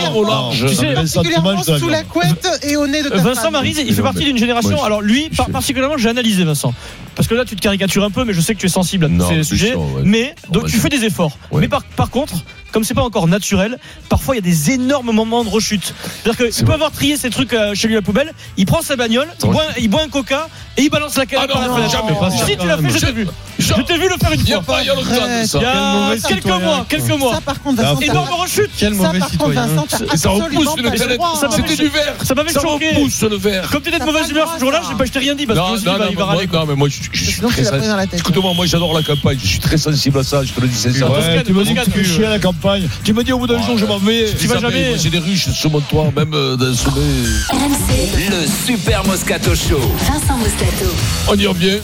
C: Non, non, au large.
F: Tu sais,
E: Mais ça, tu
D: particulièrement
E: manges dans la
D: sous
E: viande.
D: la couette et au nez de ta
F: Vincent
D: femme.
F: Marise, il fait partie d'une génération.
C: moi, je-
F: Alors lui, par- particulièrement, j'ai analysé Vincent. Parce que là, tu te caricatures un peu, mais je sais que tu es sensible à tous
C: Non,
F: ces
C: c'est
F: sujets.
C: chaud, ouais.
F: Mais donc
C: Ouais,
F: tu fais des efforts.
C: Ouais.
F: Mais par, par contre, comme c'est pas encore naturel, parfois il y a des énormes moments de rechute. C'est-à-dire qu'il peut avoir trié ses trucs euh, chez lui à la poubelle, il prend sa bagnole, il
C: Ouais.
F: boit, il boit un coca et il balance la canette
C: Ah
F: par la
C: non,
F: fenêtre.
C: jamais pas ça,
F: Si tu l'as
C: quand
F: fait, je
C: même.
F: t'ai vu.
C: Je-
F: Je t'ai vu le faire une
C: Il y a
F: fois.
C: pas, il y a longtemps de ça.
F: Il y a
E: Quel mauvais
F: quelques
E: citoyen,
F: mois, quelques mois.
D: Ça, par contre, Vincent, t'as-
F: Énorme rechute.
G: Quel
D: ça,
G: mauvais
D: par contre,
G: citoyen.
D: Vincent, t'as
C: Ça repousse
D: absolument
C: une
D: pas le
C: canette.
D: droit.
F: Ça m'avait
C: C'était
F: cho-
C: du verre.
F: ça m'avait choqué.
C: repousse le verre.
F: Comme t'étais de
D: T'as pas
F: mauvaise
D: le
F: humeur
D: droit,
F: ce jour-là,
D: ça.
F: j'ai pas- je t'ai rien dit parce que je
C: Non,
F: me suis dit,
C: non,
F: bah,
C: non,
F: il va
C: moi-
F: râler.
C: non, mais moi, je, je suis
D: Sinon, tu
C: très
D: l'as pris dans la
C: sensible.
D: tête. hein.
C: Écoute-moi, moi, j'adore la campagne. Je suis très sensible à ça. Je te le dis sincèrement.
E: Ouais, tu me dis que
F: Toscane,
E: tu chies à la campagne. Tu me dis au bout d'un
C: Ouais.
E: jour, je m'en vais.
C: Tu
F: euh. vas
C: vas
F: jamais-
C: jamais. J'ai des ruches sur mon toit, même euh, d'un sommet.
A: RMC,
B: Le Super Moscato Show.
A: Vincent Moscato.
C: On y revient.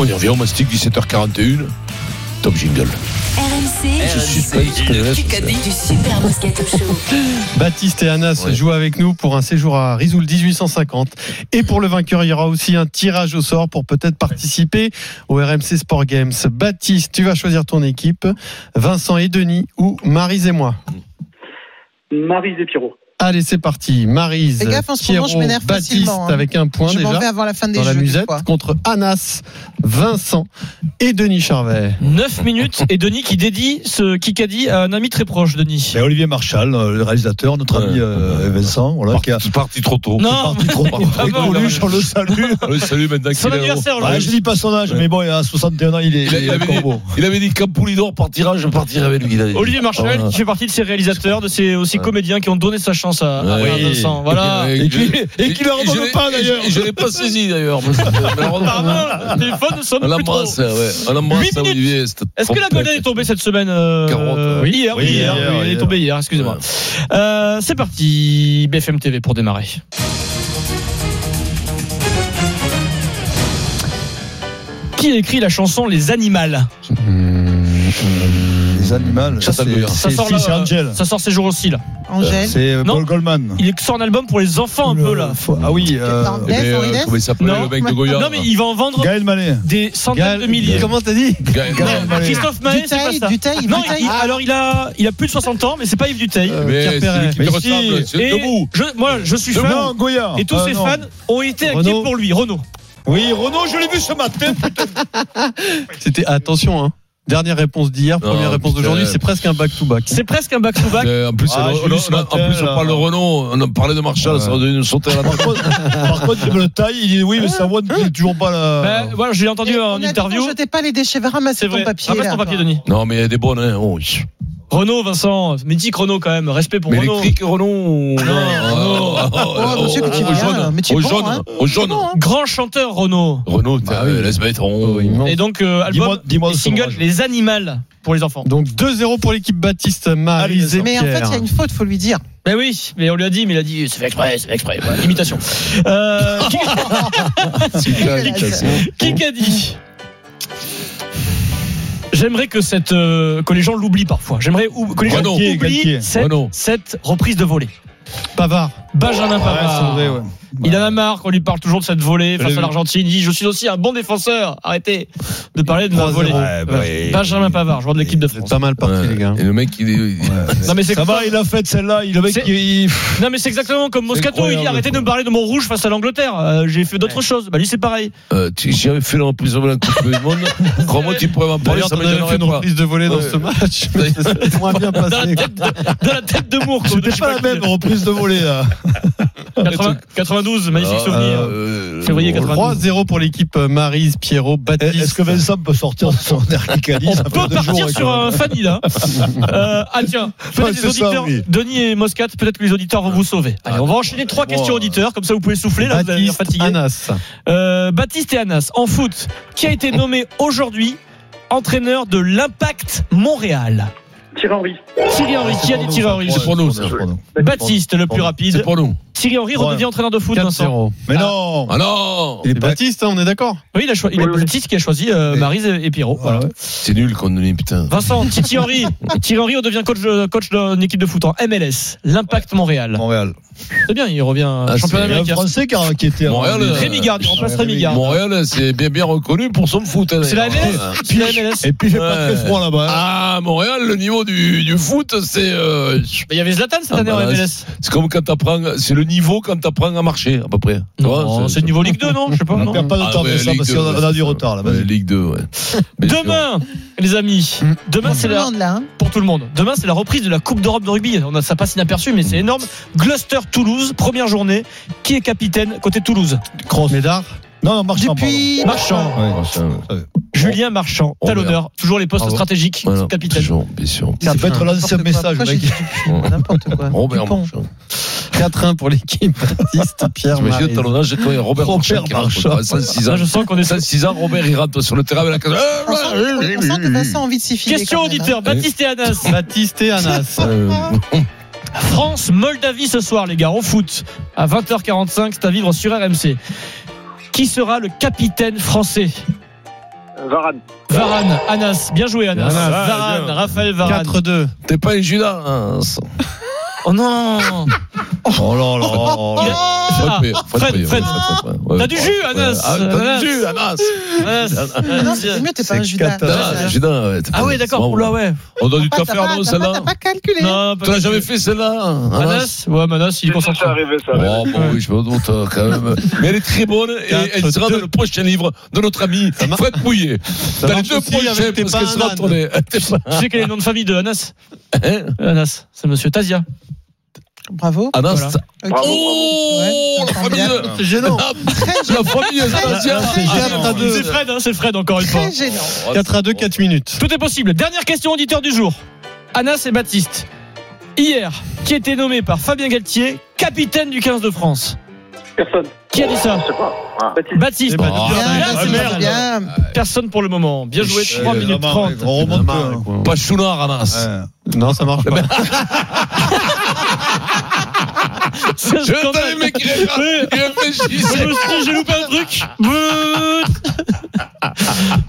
C: On y revient. On mastique 17h41. Top jingle.
A: RMC,
C: Je suis pas
B: RMC, le Kikadi.
A: du Super Moscato Show.
G: Baptiste et Anas
C: Ouais.
G: jouent avec nous pour un séjour à Risoul 1850. Et pour le vainqueur, il y aura aussi un tirage au sort pour peut-être participer au RMC Sport Games. Baptiste, tu vas choisir ton équipe, Vincent et Denis ou Marise et moi.
N: Marise des Pierrot.
G: Allez, c'est parti. Marise,
D: Fais gaffe, en ce moment, je
G: Pierrot,
D: m'énerve
G: Baptiste
D: facilement, hein.
G: avec un point
D: Je m'en vais
G: déjà
D: avant la fin des
G: dans la
D: jeux. hein.
G: musette
D: quoi.
G: contre Anas, Vincent et Denis Charvet.
F: 9 minutes et Denis qui dédie ce Kikadi à un ami très proche, Denis.
E: Et Olivier Marchal, euh, le réalisateur, notre
C: Ouais.
E: ami euh, Vincent, voilà, qui a
C: Parti, parti trop tôt.
F: Non,
E: parti trop tard.
F: Ah bon,
E: Connu,
F: non.
E: je le salue.
C: On le salue maintenant
F: son
C: qu'il est là.
F: anniversaire
E: Bah,
F: aujourd'hui.
E: je dis pas son âge,
C: Ouais.
E: mais bon, il a 61 ans, il est,
C: Il, a-
E: il
C: il
E: est
C: avait
E: encore
C: dit,
E: beau.
C: il avait dit Capoulidor partira, je partirai avec lui. il avait dit.
F: Olivier Marchal,
C: Ah.
F: qui fait partie de ces réalisateurs, de ces aussi
C: Ouais.
F: comédiens qui ont donné sa chance à, à
C: Ouais.
F: Vincent. Voilà.
C: Ouais.
E: Et qui et qui le
C: Et je euh, l'ai-
E: redonne pas d'ailleurs.
C: et Je l'ai pas saisi d'ailleurs. parce que, malheureusement,
F: Apparemment, les fans ne sont
C: On
F: plus trop.
C: l'embrasse, ouais. On l'embrasse,
F: Huit minutes.
C: Olivier. c'était
F: Est-ce que la
C: trompette.
F: Golden est tombée cette semaine euh,
C: 40, euh,
F: oui, hier,
E: oui,
F: hier,
E: hier,
F: oui, elle est
E: hier.
F: tombée hier, excusez-moi. Euh, c'est parti, BFM TV pour démarrer. Qui a écrit la chanson Les Animales
E: Les animaux,
C: Ça, ça me vient.
F: Ça
E: c'est
F: sort
E: si,
F: là,
E: c'est
F: euh,
E: Angel.
F: Ça sort ces jours aussi là.
D: Angèle,
E: C'est euh,
F: Non.
E: Paul Goldman.
F: Il sort un album pour les enfants un peu là.
E: Ah oui, euh,
D: Pardon.
C: Eh ben, euh,
D: Florides
C: Comment il
F: Non.
C: s'appelait le mec de Goya
F: Non mais il va en vendre
E: Gaël Mallet.
F: des centaines de milliers.
G: comment t'as dit
C: Gaël-
F: Non,
E: Gaël Mallet.
F: Christophe Maé, c'est pas
D: Dutheil,
F: ça.
D: Dutheil,
F: Non,
D: Dutheil.
F: il- alors il a, il a plus de 60 ans, mais c'est pas Yves Duteil.
G: Euh,
C: Ah, Mais
G: Pierre
C: c'est lui
G: Perret.
C: qui te ressemble, c'est
F: et
C: debout.
F: je, moi, je suis fan.
E: Non, Goya.
F: Et tous
E: Ah,
F: ses
E: non.
F: fans ont été actifs
G: Renaud.
F: pour lui, Renaud.
E: Oui, Renaud, je l'ai vu ce matin.
G: C'était attention, hein. Dernière réponse d'hier,
C: Non,
G: première réponse
C: putain.
G: d'aujourd'hui, c'est presque un back-to-back.
F: C'est presque un back-to-back.
C: Euh, En plus,
E: Ah,
C: on-
E: j'ai
C: on-
E: lu ce
C: on- en
E: matin,
C: plus, on
E: là.
C: parle de Renault, on en parlait de Marchal,
E: Ouais.
C: ça aurait donné une santé à la
E: Par
C: tête.
E: contre, par contre, il me le taille, il dit oui, mais sa voix ne dit toujours pas la.
F: Ben, voilà, je l'ai entendu
D: Et on a
F: en
D: dit qu'on
F: interview.
D: jetait pas les déchets, va ramasser
F: C'est
D: Ah, ton
F: vrai.
D: papier.
F: Ramasse
D: là,
F: ton papier,
D: toi.
F: Denis.
C: Non, mais il y a des bonnes, hein. Oh, oui.
F: Renaud, Vincent. Mais dis Renault quand même. Respect pour
C: Mais
F: Renault.
C: électrique, Renault
F: Non,
C: ou- Ah,
F: Renault.
C: ah, ah, ah,
D: Oh, monsieur,
C: au-
D: que tu
C: au
D: vas,
C: jaune,
D: mais tu es
C: au
D: bon,
C: jaune,
D: hein.
C: au jaune.
D: bon, hein.
F: Grand chanteur, Renault.
C: Renault,
G: Bah
C: ah,
G: oui.
C: ouais, laisse mettre. on-
G: Oh, immense.
F: Et donc, euh, album
E: Dis-moi- dis-moi
F: et
E: le
F: single
E: sondage.
F: Les Animales pour les enfants.
G: Donc 2-0 pour l'équipe Baptiste, Marie
E: Allez,
D: Mais en fait, il y a une faute, faut lui dire.
F: Mais Ben oui, mais on lui a dit, mais il a dit, c'est fait exprès, c'est fait exprès. Voilà, imitation. Euh, qui- Qui qu'a dit J'aimerais que cette euh, que les gens l'oublient parfois. J'aimerais ou- que les gens
C: Renaud.
F: oublient
E: Galtier.
F: cette,
C: Renaud.
F: cette reprise de volée.
G: Pavard.
F: Benjamin Pavard. Il en a marre qu'on lui parle toujours de cette volée face
E: vu.
F: à l'Argentine. Il dit Je suis aussi un bon défenseur. Arrêtez de parler de ma
G: 3-0.
F: volée.
E: Ouais, bah,
F: Voilà.
E: et-
F: Benjamin Pavard, joueur de l'équipe de
G: Vous êtes
F: France.
G: pas mal parti,
C: Ouais.
G: les gars.
C: Et le mec, il est. il-
F: Non mais c'est
E: Ça va, il a fait celle-là. Il, le mec,
F: C'est-
E: il- il-
F: non mais c'est exactement comme Moscato. Il dit
E: incroyable,
F: arrêtez de
E: quoi.
F: me parler de mon rouge face à l'Angleterre. Euh, J'ai fait d'autres choses. Bah lui c'est pareil.
C: Euh, tu- J'avais fait la reprise de la Coupe du Monde. Crois-moi, tu pourrais m'en parler,
G: D'ailleurs,
C: ça
G: on avait fait
C: m'étonnerait
G: une
C: pas.
G: reprise de volée dans
C: Ouais.
G: ce match. mais ça s'est moins bien
F: Dans
G: passé.
F: la tête de, dans la tête de Moore. quoi.
E: C'était
F: Je sais
E: pas la
F: qui-
E: même reprise de volée. là.
F: 80 92, magnifique
C: Ah,
F: souvenir.
C: euh,
F: Février
C: euh,
G: 3-0 pour l'équipe euh, Marise, Pierrot, Baptiste.
E: Est-ce que Vincent peut sortir de son air Kikadi
F: On peut
E: hein,
F: partir sur
G: hein.
F: un Fanny là. Euh, ah tiens, peut-être
E: Ouais,
F: les
E: c'est ça,
F: auditeurs,
E: oui.
F: Denis et Moscat, peut-être que les auditeurs vont vous sauver. Allez, on va enchaîner trois
C: bon,
F: questions
C: euh,
F: auditeurs, comme ça vous pouvez souffler là, vous allez
G: Baptiste,
F: être fatigué.
G: Anas.
F: Euh, Baptiste et Anas, en foot, qui a été nommé aujourd'hui entraîneur de l'Impact Montréal
K: Oh,
N: Thierry Henry.
F: Thierry Henry, qui a dit Thierry Henry
C: C'est pour nous, ça.
F: Baptiste, le plus
C: C'est
F: rapide.
C: pour nous.
F: Thierry Henry redevient entraîneur de foot.
G: 4-0. Mais non
C: Ah non
G: Il est Baptiste, hein, on est d'accord
F: Oui, il a, choi- il a Baptiste qui a choisi euh, Maryse et, et Pierrot. Voilà.
C: C'est nul qu'on nous putain.
F: Vincent, Titi Henry. Thierry Henry redevient coach, de- coach d'une équipe de foot en MLS, l'Impact Montréal.
E: Montréal.
F: C'est bien, il revient championnat
E: Il y a un
F: américain.
E: Français qui a- qui était.
C: Ah, Montréal, euh,
F: Rémi Garde, il remplace Rémi Garde.
C: Montréal, c'est bien bien reconnu pour son foot. hein,
F: C'est la
C: d'ailleurs.
F: MLS,
C: Ouais.
F: c'est la MLS.
C: Et puis j'ai pas
F: Ouais.
C: très froid là-bas.
E: hein.
C: Ah, Montréal, le niveau du, du foot, c'est. euh,
F: Bah, Il y avait Zlatan cette
C: Ah,
F: année
C: bah,
F: en MLS.
C: c'est- C'est comme quand t'apprends, c'est le niveau quand t'apprends à marcher à peu près. Tu
F: Non,
C: vois,
F: c'est le niveau Ligue 2, non Je sais pas.
E: On
F: non
E: perd pas de
C: Ah
E: temps
C: ouais,
E: avec ça
C: Ligue
E: parce
C: 2,
E: qu'on a- on a du
C: ouais.
E: retard là.
C: Ouais,
E: Vas-y.
C: Ligue 2, ouais. Bien sûr.
F: Demain, les amis,
C: Hmm.
F: demain c'est la
D: hein.
F: pour tout le monde. Demain c'est la reprise de la Coupe d'Europe de rugby. On a ça passe inaperçu mais c'est énorme. Gloucester Toulouse, première journée. Qui est capitaine côté Toulouse
E: Cross. Médard Non, non, Marchand.
F: Depuis-
E: pardon.
F: Marchand.
E: Ouais.
F: Julien Marchand,
C: On
F: talonneur, toujours les postes
C: Oh, Bravo.
F: stratégiques,
C: Voilà,
F: c'est le capitaine.
C: toujours, bien sûr.
E: Ça peut être l'ancien message,
D: Pourquoi
E: mec.
D: j'ai dit N'importe quoi.
C: Robert
D: Dupont.
C: Marchand.
G: 4-1 pour l'équipe Baptiste, Pierre,
C: T'imagines le
G: Marais.
C: talonnage quand il y a Robert Marchand qui rentre.
G: Marchand.
C: à 106
F: Là,
C: ans.
F: Ah, je sens qu'on est
C: 106 ans, Robert, il rentre sur le terrain avec la Ah, case.
D: On sent, on sent
C: Hmm.
D: que Vincent a envie de s'y filer.
F: Question
D: quand même, hein. Euh,
F: auditeur, Baptiste et Anas.
G: Baptiste et Anas.
F: France Moldavie ce soir les gars au foot à 20h45, c'est à vivre sur RMC. Qui sera le capitaine français
O: Varane.
F: Varane, Anas, bien joué Anas.
C: Anas,
F: Varane,
C: bien.
F: Raphaël Varane.
G: 4-2.
C: T'es pas un Judas. hein, ça.
F: Oh non
E: Oh là là.
F: Il
E: oh
F: a-
C: Fred, Fred,
F: Fred,
C: Fred,
F: Fred.
C: Fred, Fred, ouais.
F: T'as du jus,
C: Ouais.
F: Anas.
C: Ah, T'as
F: Anas.
C: du jus, Anas.
F: Anas.
C: Ah,
D: hein. Non, c'est mieux, t'es pas un Judas.
C: Anas,
D: T'as
C: Judas, ouais, t'es
F: Ah
C: pas-
F: ouais
C: c'est
F: d'accord,
C: vraiment-
F: oula ouais.
C: On doit du
D: pas-
C: café
D: t'as
C: faire
D: pas- t'as pas-
C: celle-là.
D: t'as pas calculé.
F: Non,
C: Tu l'as
F: pas-
C: jamais fait celle-là Anas
F: Anas Ouais, mais Anas, il est concentré.
O: arrivé ça.
C: Oh, bon, oui, je me doute euh, quand même. Mais elle est très bonne et elle sera dans le prochain livre de notre ami Fred Pouillet. Dans les
G: marche
C: deux
G: aussi
C: prochains,
G: avec tes
C: parce qu'elle
G: pains
C: sera
G: d'âne.
C: tournée.
F: Tu sais quel est le nom de famille de Anas
C: Hein
F: Anas, c'est monsieur Tazia.
D: Bravo.
C: Anas.
F: Voilà.
D: Ok.
C: Oh, la famille
D: bien.
C: de-
G: C'est gênant.
C: Ah,
D: Très
C: La
D: gênant.
C: famille Stasia.
G: c'est quatre à deux.
F: Ah, C'est Fred, hein, c'est Fred encore une fois.
D: Très gênant.
G: 4 à 2, 4 minutes.
F: Tout est possible. Dernière question auditeur du jour. Anas et Baptiste. Hier, qui était nommé par Fabien Galtier capitaine du 15 de France
O: Personne.
F: Qui a dit ça
O: Je sais pas. Ah.
F: Baptiste.
G: Eh ben,
F: Ah,
D: Bien,
F: là,
D: Vincent,
F: c'est
D: bien.
F: merde. Personne pour le moment. Bien joué,
G: Eh,
F: 3 minutes 30.
E: On remonte
G: Marre,
E: peu,
G: quoi.
C: Pas Chouinard, Anas.
E: hein.
G: Non, ça marche pas.
F: C'est un
C: Je t'avais
F: scandale.
C: mec qui ré-
F: Oui.
C: qui
F: Je
C: réfléchissait.
F: me suis dit, j'ai loupé un truc. Bout.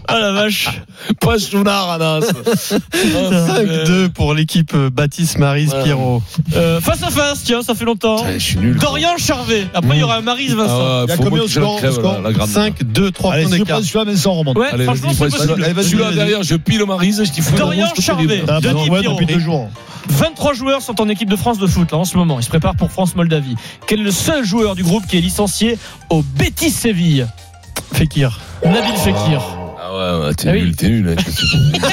F: Ah la vache. Ah,
C: Pas Chouinard, Anas.
G: 5-2 pour l'équipe euh, Baptiste, Marise,
C: Voilà.
G: Pierrot.
F: Euh, face à face, tiens, ça fait longtemps.
C: Putain, Je suis nul.
F: Dorian Charvet. Après, il y aura Marise Vincent.
C: Ah ouais,
E: Il y a
C: faut
E: combien
C: moi
E: au
C: que je la
E: score, au
C: crève,
E: score
C: là, la grande.
G: 5-2, 3
E: Allez,
G: points
E: si tu
G: d'écart.
E: prends celui-là, Vincent, on remonte.
F: Ouais,
C: Allez,
F: franchement,
C: vas-y,
F: c'est
C: vas-y,
F: possible.
C: vas-y,
E: Allez, vas-y,
C: Celui-là
E: vas-y.
C: derrière, je pile Marise, je dis fous.
F: Dorian
C: je te
F: Charvet.
C: délivre.
E: Ah,
F: Denis
E: bah, ouais,
F: Pierrot.
E: depuis deux jours.
F: 23 joueurs sont en équipe de France de foot là en ce moment. Ils se préparent pour France-Moldavie. Quel est le seul joueur du groupe qui est licencié au Betis Séville
G: Fekir.
F: Nabil Fekir.
C: Ah ouais, ouais, t'es
F: Ah oui.
C: nul, t'es nul. hein, qu'est-ce que tu-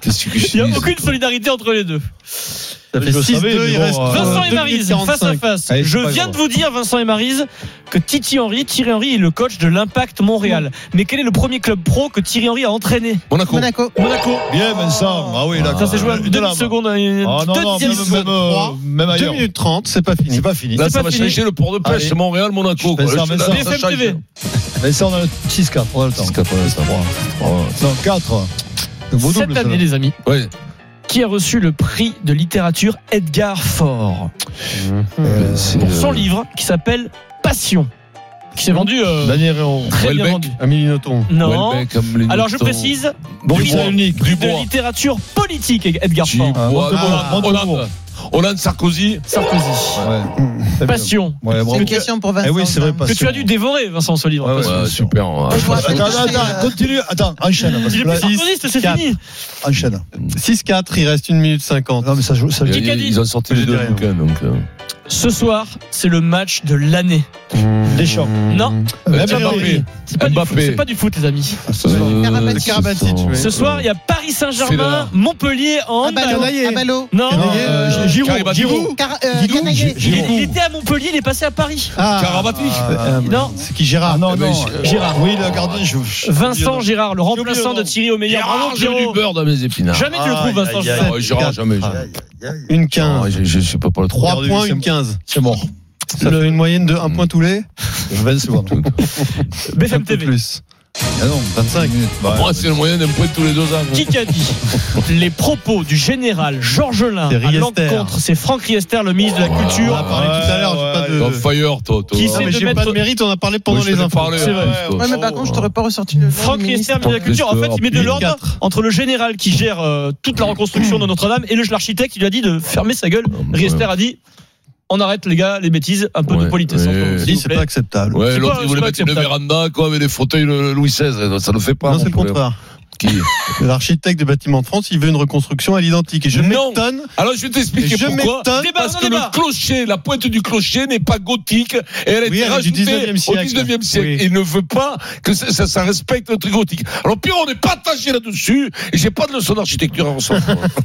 C: Qu'est-ce que je
F: Il n'y
C: dis,
F: a aucune solidarité entre les deux.
G: Ça fait
E: Je le savais,
G: 6-2,
E: mais
G: il
E: bon,
G: reste.
E: euh,
F: Vincent
G: euh,
F: et
G: deux
F: Marise,
G: minutes
F: face à
G: 45.
F: face.
E: Allez, c'est
F: Je
E: pas
F: viens
E: grave.
F: de vous dire, Vincent et Marise, que Titi Henry, Thierry Henry est le coach de l'Impact Montréal. Mais quel est le premier club pro que Thierry Henry a entraîné
C: Monaco.
D: Monaco.
F: Monaco.
E: Bien, Vincent. Ah oui, là.
F: Ça s'est joué à
E: de
F: 2
E: là,
F: secondes. à une-
G: Oh,
E: Ah non,
F: deux
E: non,
F: dixièmes
E: même,
F: de
E: même,
F: seconde.
E: euh, même
G: 2
E: ailleurs.
G: minutes 30, c'est pas fini.
E: C'est pas fini.
C: Là,
F: C'est
C: ça
F: pas
C: va
F: fini.
C: changer le port de pêche,
E: Allez.
C: Montréal-Monaco.
E: Vincent, Vincent.
F: BFM TV.
E: Vincent, on a le 6-4. On a le temps.
C: 6-4, ouais, ça va.
E: Non, 4. Vos doubles,
F: Cette année,
E: ceux-là.
F: les amis,
C: Ouais.
F: qui a reçu le prix de littérature Edgar Faure
E: Euh,
C: c'est,
F: pour son
C: euh,
F: livre qui s'appelle Passion, qui s'est vendu euh,
G: Daniel Héron.
F: très bien
C: Houellebecq.
F: vendu.
G: Amélie Nothomb.
F: Non.
C: Welbeck, Hamlin,
F: Alors je
C: Notton,
F: précise,
C: Dubois.
F: prix de-
C: Dubois.
F: de littérature politique, Edgar
C: Dubois.
F: Faure.
E: Ah,
F: Ah,
C: Hollande, Hollande. Hollande, Sarkozy.
F: Sarkozy. Mmh.
E: Ouais. T'as vu.
F: Passion.
E: Ouais,
D: C'est
E: bravo.
D: une question pour Vincent.
E: Eh oui, c'est vrai,
D: ça.
E: pas
F: Que tu as dû dévorer, Vincent, ce livre.
E: Ouais, hein. ouais.
F: Passion.
C: Ouais, super. ouais.
D: Je vous rappelle
E: Attends,
D: que je
E: attends,
D: fais, euh,
E: attends, continue. Attends, enchaîne. Parce
F: Il est
E: que
F: plus
E: là,
F: sarkozyste, c'est
G: quatre.
F: fini.
E: enchaîne.
G: 6-4, il reste 1 minute 50.
E: Non, mais ça joue. Ça joue.
F: Qui
C: Ils,
F: qu'a dit
C: ils ont sorti les
G: Je
C: deux
G: dirais,
C: bouquins, donc. euh,
F: Ce soir, c'est le match de l'année.
E: Deschamps.
F: Non. Euh,
E: Même
C: Mbappé.
E: Mbappé.
F: C'est pas, du
C: Mbappé.
F: foot, c'est pas du foot, les amis.
C: euh,
D: Karabatic.
C: c'est
G: Karabatic,
C: ça.
G: oui.
F: Ce soir, il y a Paris
C: C'est là.
F: Saint-Germain, Montpellier en
D: Un ballot.
F: handball.
D: Un ballot.
F: Non,
E: Non,
F: euh,
E: euh, Giroud,
C: Karabatic.
E: Giroud.
D: Car- euh,
E: Guidou,
D: Canaillé.
F: il, est-
E: Giroud.
F: il était à Montpellier, il est passé à Paris.
E: Ah,
C: Karabatic.
E: euh,
F: Non. euh,
E: C'est qui Gérard Ah, Non,
C: Eh ben,
E: non.
C: Gérard.
E: Gérard. Oui, le gardien. je- je-
F: Vincent Gérard, le
E: oublié
F: remplaçant
E: le nom.
F: de Thierry Omeyer. Bravo,
C: Gérard, j'ai
F: Giro.
C: du beurre dans mes épinards. Ah
F: Jamais tu le trouves, Vincent
G: aïe, aïe,
F: Gérard.
C: Ouais, Gérard, jamais. jamais.
G: Une
C: Ah,
G: 15.
C: je, je, je sais pas pour le
G: 3
E: perdu,
G: points,
E: c'est
G: une
E: bon.
G: 15.
E: C'est mort.
C: Hmm.
G: Ça fait une moyenne de 1 point tous les
E: Je vais le savoir.
F: BFM
G: Un peu
F: TV.
G: plus.
E: Ah non, 25.
C: Bah, Moi, c'est le moyen d'un point tous les deux ans.
F: Qui a dit Les propos du général Georgelin
G: C'est
F: à
G: Riester.
F: l'encontre, c'est Franck Riester, le ministre de la Culture.
G: On a parlé tout à l'heure, j'ai pas de-
C: T'es en fire, toi. toi.
F: Qui
G: Non,
F: sait
G: mais
F: de
G: j'ai
F: mettre-
G: pas de mérite, on a parlé pendant
C: Oui, je
G: les
C: t'en ai
G: infos.
C: parlé,
G: C'est vrai.
C: ouais.
D: Ouais, mais par contre, je t'aurais pas ressorti le. nom
F: Franck
D: du
F: Riester,
D: ministre.
F: ministre de la Culture. En fait, il met de l'ordre entre le général qui gère euh, toute la reconstruction de Notre-Dame et le- l'architecte. Il lui a dit de fermer sa gueule. Riester a dit on arrête, les gars, les bêtises, un peu
C: Ouais,
F: de politesse.
C: ouais,
F: entre vous,
C: ouais.
G: Si,
F: s'il vous
G: c'est
F: plaît.
G: pas acceptable.
C: Ouais,
F: C'est
C: l'autre,
F: pas-
C: il voulait
F: c'est pas
C: mettre une
F: acceptable.
C: véranda, quoi, avec des fauteuils le- Louis XVI. Ça le fait pas.
G: Non,
C: mon
G: c'est le
C: problème.
G: contraire.
C: Qui
G: L'architecte des bâtiments de France, il veut une reconstruction à l'identique. Et je
C: Non.
G: m'étonne.
C: Alors je vais t'expliquer
G: Je
C: pourquoi.
G: m'étonne.
F: Débat,
C: Parce
F: non,
C: que
F: débat.
C: le clocher, la pointe du clocher n'est pas gothique et elle
G: Oui,
C: a été
G: elle est du
C: rajoutée
G: 19e siècle.
C: au 19e siècle.
G: Oui.
C: Et il ne veut pas que ça, ça- ça respecte le truc gothique. Alors Pierre, on n'est pas attaché là-dessus et j'ai pas de leçon d'architecture à recevoir.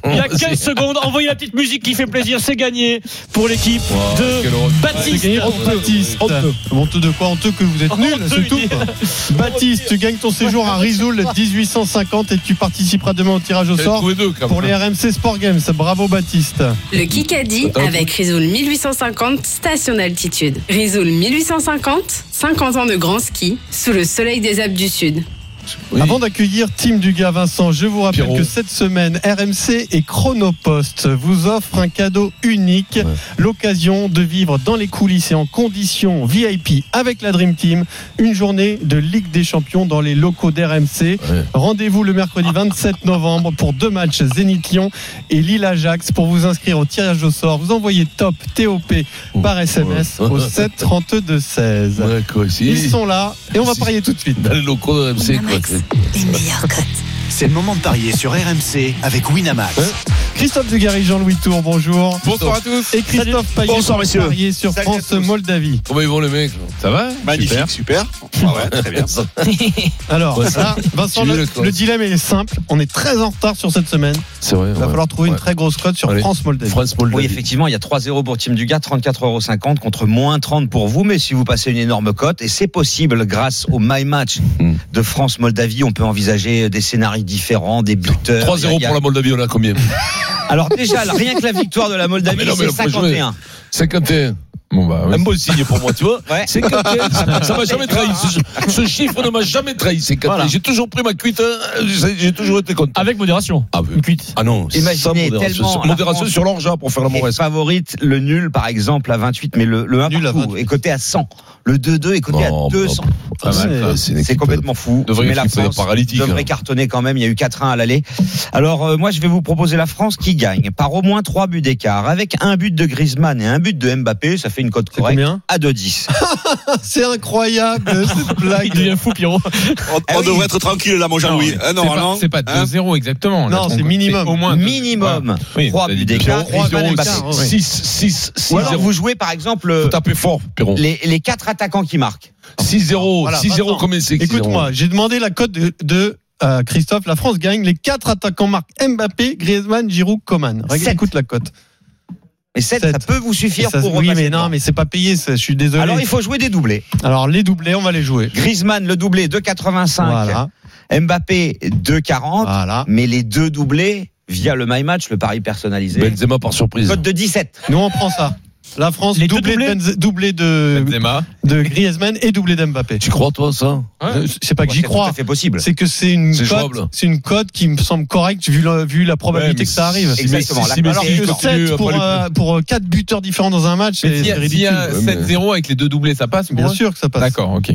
F: Il y a 15 secondes, envoyez la petite musique qui fait plaisir, c'est gagné pour l'équipe de
C: quelle horreur.
F: Baptiste.
G: C'est Baptiste.
C: Honteux.
G: Honteux de quoi Honteux que vous êtes nul,
F: Honteux,
G: c'est tout.
F: il
G: Baptiste, tu gagnes ton séjour à Risoul 1850 et tu participeras demain au tirage au
C: J'en ai
G: sort
C: trouvé deux quand
G: pour les
C: même.
G: RMC Sport Games. Bravo Baptiste.
A: Le Kikadi
C: Attends.
A: avec Risoul 1850, station d'altitude. Risoul 1850, 50 ans de grand ski, sous le soleil des Alpes du Sud.
C: Oui.
G: Avant d'accueillir Tim Dugas, Vincent, je vous rappelle
C: Pierrot.
G: que cette semaine, RMC et Chronopost vous offrent un cadeau unique,
C: Ouais.
G: l'occasion de vivre dans les coulisses et en conditions VIP avec la Dream Team une journée de Ligue des Champions dans les locaux d'RMC.
C: Ouais.
G: Rendez-vous le mercredi 27 novembre pour deux matchs Zénith Lyon et Lille Ajax. Pour vous inscrire au tirage au sort, vous envoyez TOP TOP
C: Ouh.
G: par SMS
C: Ouais.
G: au 7 32 16.
C: D'accord,
G: Ils
C: ici.
G: sont là et on va
C: Si.
G: parier tout de suite.
C: Dans les locaux de MC, quoi.
R: Winamax, les meilleures cotes. C'est le moment de parier sur RMC avec Winamax.
E: Hein
G: Christophe Dugarry, Jean-Louis Tour, bonjour.
C: Bonsoir à tous.
G: Et Christophe Payet,
R: Bonsoir,
G: pour
R: messieurs.
G: parier sur
R: Salut à
G: France
R: tous.
G: Moldavie.
C: Comment ils vont les mecs là
R: Ça va Magnifique, super. Ah ouais, très bien.
C: Ça-
G: Alors,
C: Ouais, ça-
G: là, Vincent,
C: tu
G: le,
C: le classes.
G: le dilemme est simple. On est très en retard sur cette semaine.
C: C'est vrai.
G: Il va
C: ouais.
G: falloir trouver une
C: Ouais.
G: très grosse cote sur
C: Allez.
G: France Moldavie.
C: France
S: Oui,
C: Moldavie.
S: effectivement, il y a 3-0 pour Team Dugas, 34,50€ contre moins 30 pour vous. Mais si vous passez une énorme cote, et c'est possible grâce au My Match
C: Hmm.
S: de France-Moldavie, on peut envisager des scénarios différents, des buteurs. Il
C: 3-0
S: y a-
C: pour la Moldavie, on Euh, a combien
S: Alors déjà, là, rien que la victoire de la
C: Ah,
S: Moldavie,
C: mais non, mais
S: c'est
C: le projet-
S: 51.
C: 51. Bon bah, ouais. Un bon signe pour moi, tu vois.
S: Ouais.
C: C'est 51. Ça m'a jamais trahi. Ce, ce chiffre ne m'a jamais trahi. C'est 51.
F: Voilà.
C: J'ai toujours pris ma cuite. hein. J'ai j'ai toujours été content.
F: Avec modération.
C: Ah,
F: Une cuite.
C: ah non, sans
S: Imaginez
C: modération.
S: tellement
C: Sans-
S: la
C: Modération
S: France-
C: sur l'orgeat pour faire la
S: Et
C: mauvaise.
S: favorite, le nul par exemple à 28, mais le, le 1
G: Nul à
S: partout
G: 28.
S: est coté à 100. Le 2-2 est coté
C: Non, bah,
S: à 200.
C: pas mal, ça. C'est une
S: C'est
C: équipe euh,
S: complètement fou.
C: de vraie
S: mais la
C: équipe, c'est
S: France
C: paralytique,
S: devrait
C: hein.
S: cartonner quand même. Il y a eu 4-1 à l'aller. Alors euh, moi, je vais vous proposer la France qui gagne par au moins 3 buts d'écart. Avec un but de Griezmann et un but de Mbappé, ça fait une cote
G: C'est
S: correcte
G: combien
S: à 2-10.
G: C'est incroyable cette
F: Il
G: blague.
F: devient fou, Pierrot.
R: On,
S: Ah
G: Eh
R: on
S: oui.
R: devrait être tranquille là, mon Jean-Louis. Hein, normalement.
N: C'est pas
R: Hein
N: 2-0 exactement.
G: Non, c'est minimum.
N: Au moins
S: Minimum 3 buts d'écart.
G: Pierrot,
S: Griezmann et
G: Pierrot,
S: Mbappé.
G: Pierrot, ouais.
C: 6, 6, 6,
S: Ou alors
C: 0.
S: vous jouez par exemple
C: Faut
S: euh,
C: taper fort, Perron.
S: les, les 4 attaquants qui marquent.
C: 6-0.
G: Voilà,
C: 6-0,
G: Vincent,
C: combien c'est que 6-0?
G: Écoute-moi, j'ai demandé la cote de, de, euh, Christophe. La France gagne. Les quatre attaquants marquent Mbappé, Griezmann, Giroud, Coman. Regarde,
S: Sept.
G: écoute la cote.
S: Et 7,
G: Sept.
S: ça peut vous
G: Et
S: suffire
G: ça-
S: pour
G: Oui,
S: repasser
G: mais
S: devant.
G: non, mais c'est pas payé. ça, Je suis désolé.
S: Alors il faut jouer des doublés.
G: Alors, les doublés, on va les jouer.
S: Griezmann le doublé 2,85.
G: Voilà.
S: Mbappé 2,40.
G: Voilà.
S: Mais les deux doublés via le My Match, le pari personnalisé.
C: Benzema par surprise.
S: Cote de 17.
G: Nous, on prend ça. La France,
F: Les deux
G: doublé, de,
F: doublés
G: Benz- doublé de,
N: Benzema.
G: de Griezmann et doublé d'Mbappé.
C: Tu crois, toi, ça
G: Euh, C'est pas que
S: Moi,
G: j'y
S: c'est Tout
G: crois.
S: à fait possible.
G: C'est que c'est une
C: C'est
G: cote,
C: jouable.
G: c'est une cote qui me semble correcte vu la, vu la
C: Ouais,
G: probabilité
C: mais
G: que ça
C: si-
G: arrive.
C: si-
S: Exactement.
C: si- si
S: Alors
G: Alors
C: Messi
G: que
C: continue
G: 7
C: à
G: pour,
C: pas les-
G: euh, pour 4 buteurs différents dans un match,
N: Mais
G: c'est
N: s'il y
G: c'est
N: a, s'il y
G: ridicule.
N: a
C: Ouais, mais-
N: 7-0 avec les deux doublés, ça passe
G: Bien
N: pour eux
G: sûr que ça passe.
N: D'accord, ok.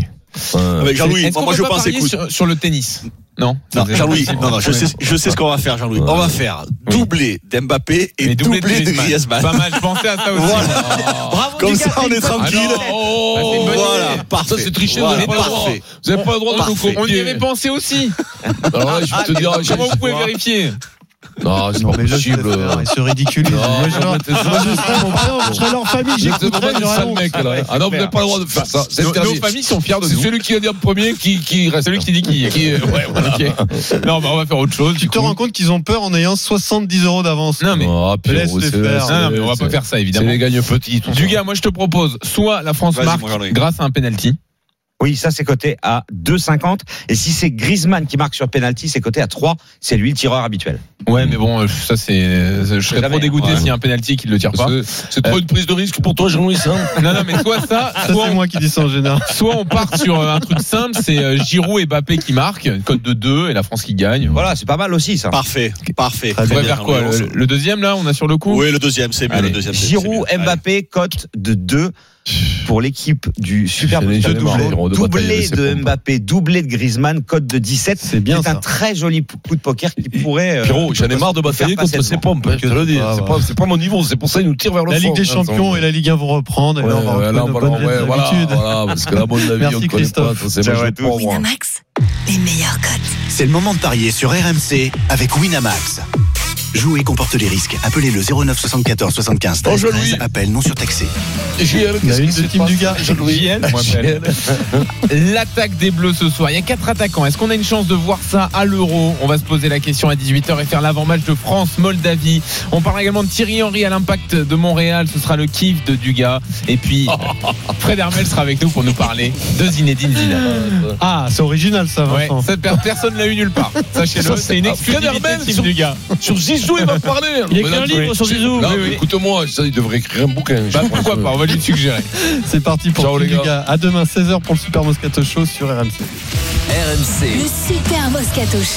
N: Euh,
C: Ouais.
R: Avec Jean-Louis,
N: Est-ce
R: moi,
N: qu'on
R: moi
N: peut
R: je
N: pas
R: pense,
N: parier
R: écoute.
N: sur, sur le tennis Non,
R: Non,
N: C'est-
R: Jean-Louis, non, non, je sais, je sais ce qu'on va faire, Jean-Louis. On va faire doublé d'Mbappé et
N: Mais
R: doublé, de
N: Pas
R: Griezmann.
N: mal, je pensais à ça aussi.
S: Bravo,
R: Comme
S: Dugas,
R: ça, on
S: c'est
R: est
S: une bonne
R: tranquille.
S: tête.
N: Ah, c'est une
C: Oh,
N: bonne
R: Voilà,
N: idée.
C: Ça,
R: parfait.
C: c'est tricher, vous
R: Voilà,
C: n'avez pas le droit.
R: parfait.
C: Vous n'avez pas le droit de nous
R: Parfait.
N: On y
C: copier.
N: avait pensé aussi.
C: Alors là, Ah je vais te dire, je-
N: Ah, Comment vous pouvez vérifier
C: Non, c'est
G: Non,
C: pas
G: mais je
C: possible.
G: se ridiculise.
C: Non,
G: Moi, je,
N: Ah,
C: non, mais t'es-
G: moi, je serais mon frère, je serais leur famille,
C: Vous êtes
G: j'écouterais,
C: vraiment des
G: j'aurais
C: sales
G: honte.
C: mecs, là. Ah non, vous n'avez pas le droit de faire ça. C'est
N: nos, nos
C: interdit.
N: familles sont fiers de
C: C'est
N: nous.
C: celui qui a dit en premier qui, qui reste.
N: Celui qui dit qui.
C: Qui est- ouais, voilà.
N: Ok. Non, bah on va faire autre chose.
G: Tu
N: du
G: te
N: coup.
G: rends compte qu'ils ont peur en ayant 70 euros d'avance.
N: Non mais.
C: Oh, Pierrot,
G: Laisse-les
C: c'est-
G: faire.
C: c'est-
N: Non, non, mais on va pas
C: c'est-
N: faire ça
C: C'est
N: évidemment.
C: les gagne petits. tout ça.
N: Dugas, moi je te propose soit la France
R: Vas-y,
N: marque
R: mon Jean-Louis.
N: grâce à un penalty,
S: Oui, ça c'est coté à 2,50. Et si c'est Griezmann qui marque sur penalty, c'est coté à 3. C'est lui le tireur habituel.
C: Ouais, mais bon, euh, ça c'est. Je serais
S: jamais,
C: trop dégoûté
S: ouais.
C: s'il y a un penalty qui le tire pas.
S: Parce que c'est trop une
C: prise de risque pour toi, Jean-Louis. Non, non, mais soit ça,
G: Ça,
C: soit
G: c'est
C: on-
G: moi qui dis ça en général.
C: Soit on part sur euh, un truc simple, c'est euh, Giroud et Mbappé qui marquent, une cote de 2 et la France qui gagne.
S: Voilà, c'est pas mal aussi ça.
C: Parfait,
F: parfait.
C: On
F: Très
C: va
F: bien,
C: faire quoi
F: Jean-Louis.
C: le, le deuxième là, on a sur le coup
F: Oui, le deuxième, c'est mieux,
C: Allez.
F: le deuxième. c'est-
S: Giroud, Mbappé, cote de 2 pour l'équipe du Super
M: C'est
S: Bowl.
M: léger,
S: Doublé-
M: Marlon, de batailler
S: Doublé
M: de ses
S: de
M: pompes.
S: Mbappé, doublé de Griezmann, cote de 17. C'est bien. C'est un très joli p- coup de poker qui pourrait. euh,
M: Pierrot, j'en ai marre de
S: faire
M: batailler
S: passer
M: contre ces
S: devant.
M: pompes. hein, je te le dis.
S: Ah,
M: C'est
S: bah.
M: pas- C'est pas mon niveau, c'est pour ça qu'ils nous tirent vers le
G: La
M: fond.
G: Ligue des Champions et la Ligue 1 vont reprendre. Et là, on va
M: Ouais,
G: reprendre
M: là, on
G: nos
M: va-
G: bonnes
M: ouais,
G: vieilles
M: voilà,
G: habitudes.
M: voilà, parce que là, à mon avis, on
G: Merci
M: connaît pas,
G: Christophe.
M: ça, c'est Ciao moi, je à tous. prends, moi.
A: Winamax, les meilleurs cotes.
Q: C'est le moment de parier sur RMC avec Winamax. Jouer comporte les risques. Appelez le 09 74 75 13 13. Appel non surtaxé.
C: JL,
Q: qu'est-ce qui se passe
C: JL, moi, j'appelle. L'attaque des Bleus ce soir. Il y a quatre attaquants. Est-ce qu'on a une chance de voir ça à l'Euro On va se poser la question à 18h et faire l'avant-match de France-Moldavie. On parle également de Thierry Henry à l'impact de Montréal. Ce sera le kiff de Dugas. Et puis, Fred Hermel sera avec nous pour nous parler de Zinedine Zidane.
G: Ah, c'est original ça,
C: Ouais,
G: Vincent.
C: cette per- personne ne l'a eu nulle part. Sachez-le,
M: Ça,
C: c'est une
M: ah,
C: exclusivité
M: Fred Hermel
C: de Team
M: sur-
C: Dugas.
M: Sur Zizou, il va parler.
C: Il y a
M: Mais
C: écrit
M: là,
C: un
M: tu-
C: livre sur
M: tu-
C: Zizou.
M: Non,
C: Oui,
M: mais
C: oui.
M: Écoute-moi, ça, il devrait écrire un bouquin. je
C: Bah,
M: pense.
C: pourquoi pas On va lui le suggérer.
G: C'est parti pour
M: Ciao,
G: tout,
M: les
G: les
M: gars.
G: gars. À demain 16h pour le Super Moscato Show sur RMC.
T: RMC.
A: Le super Moscato Show.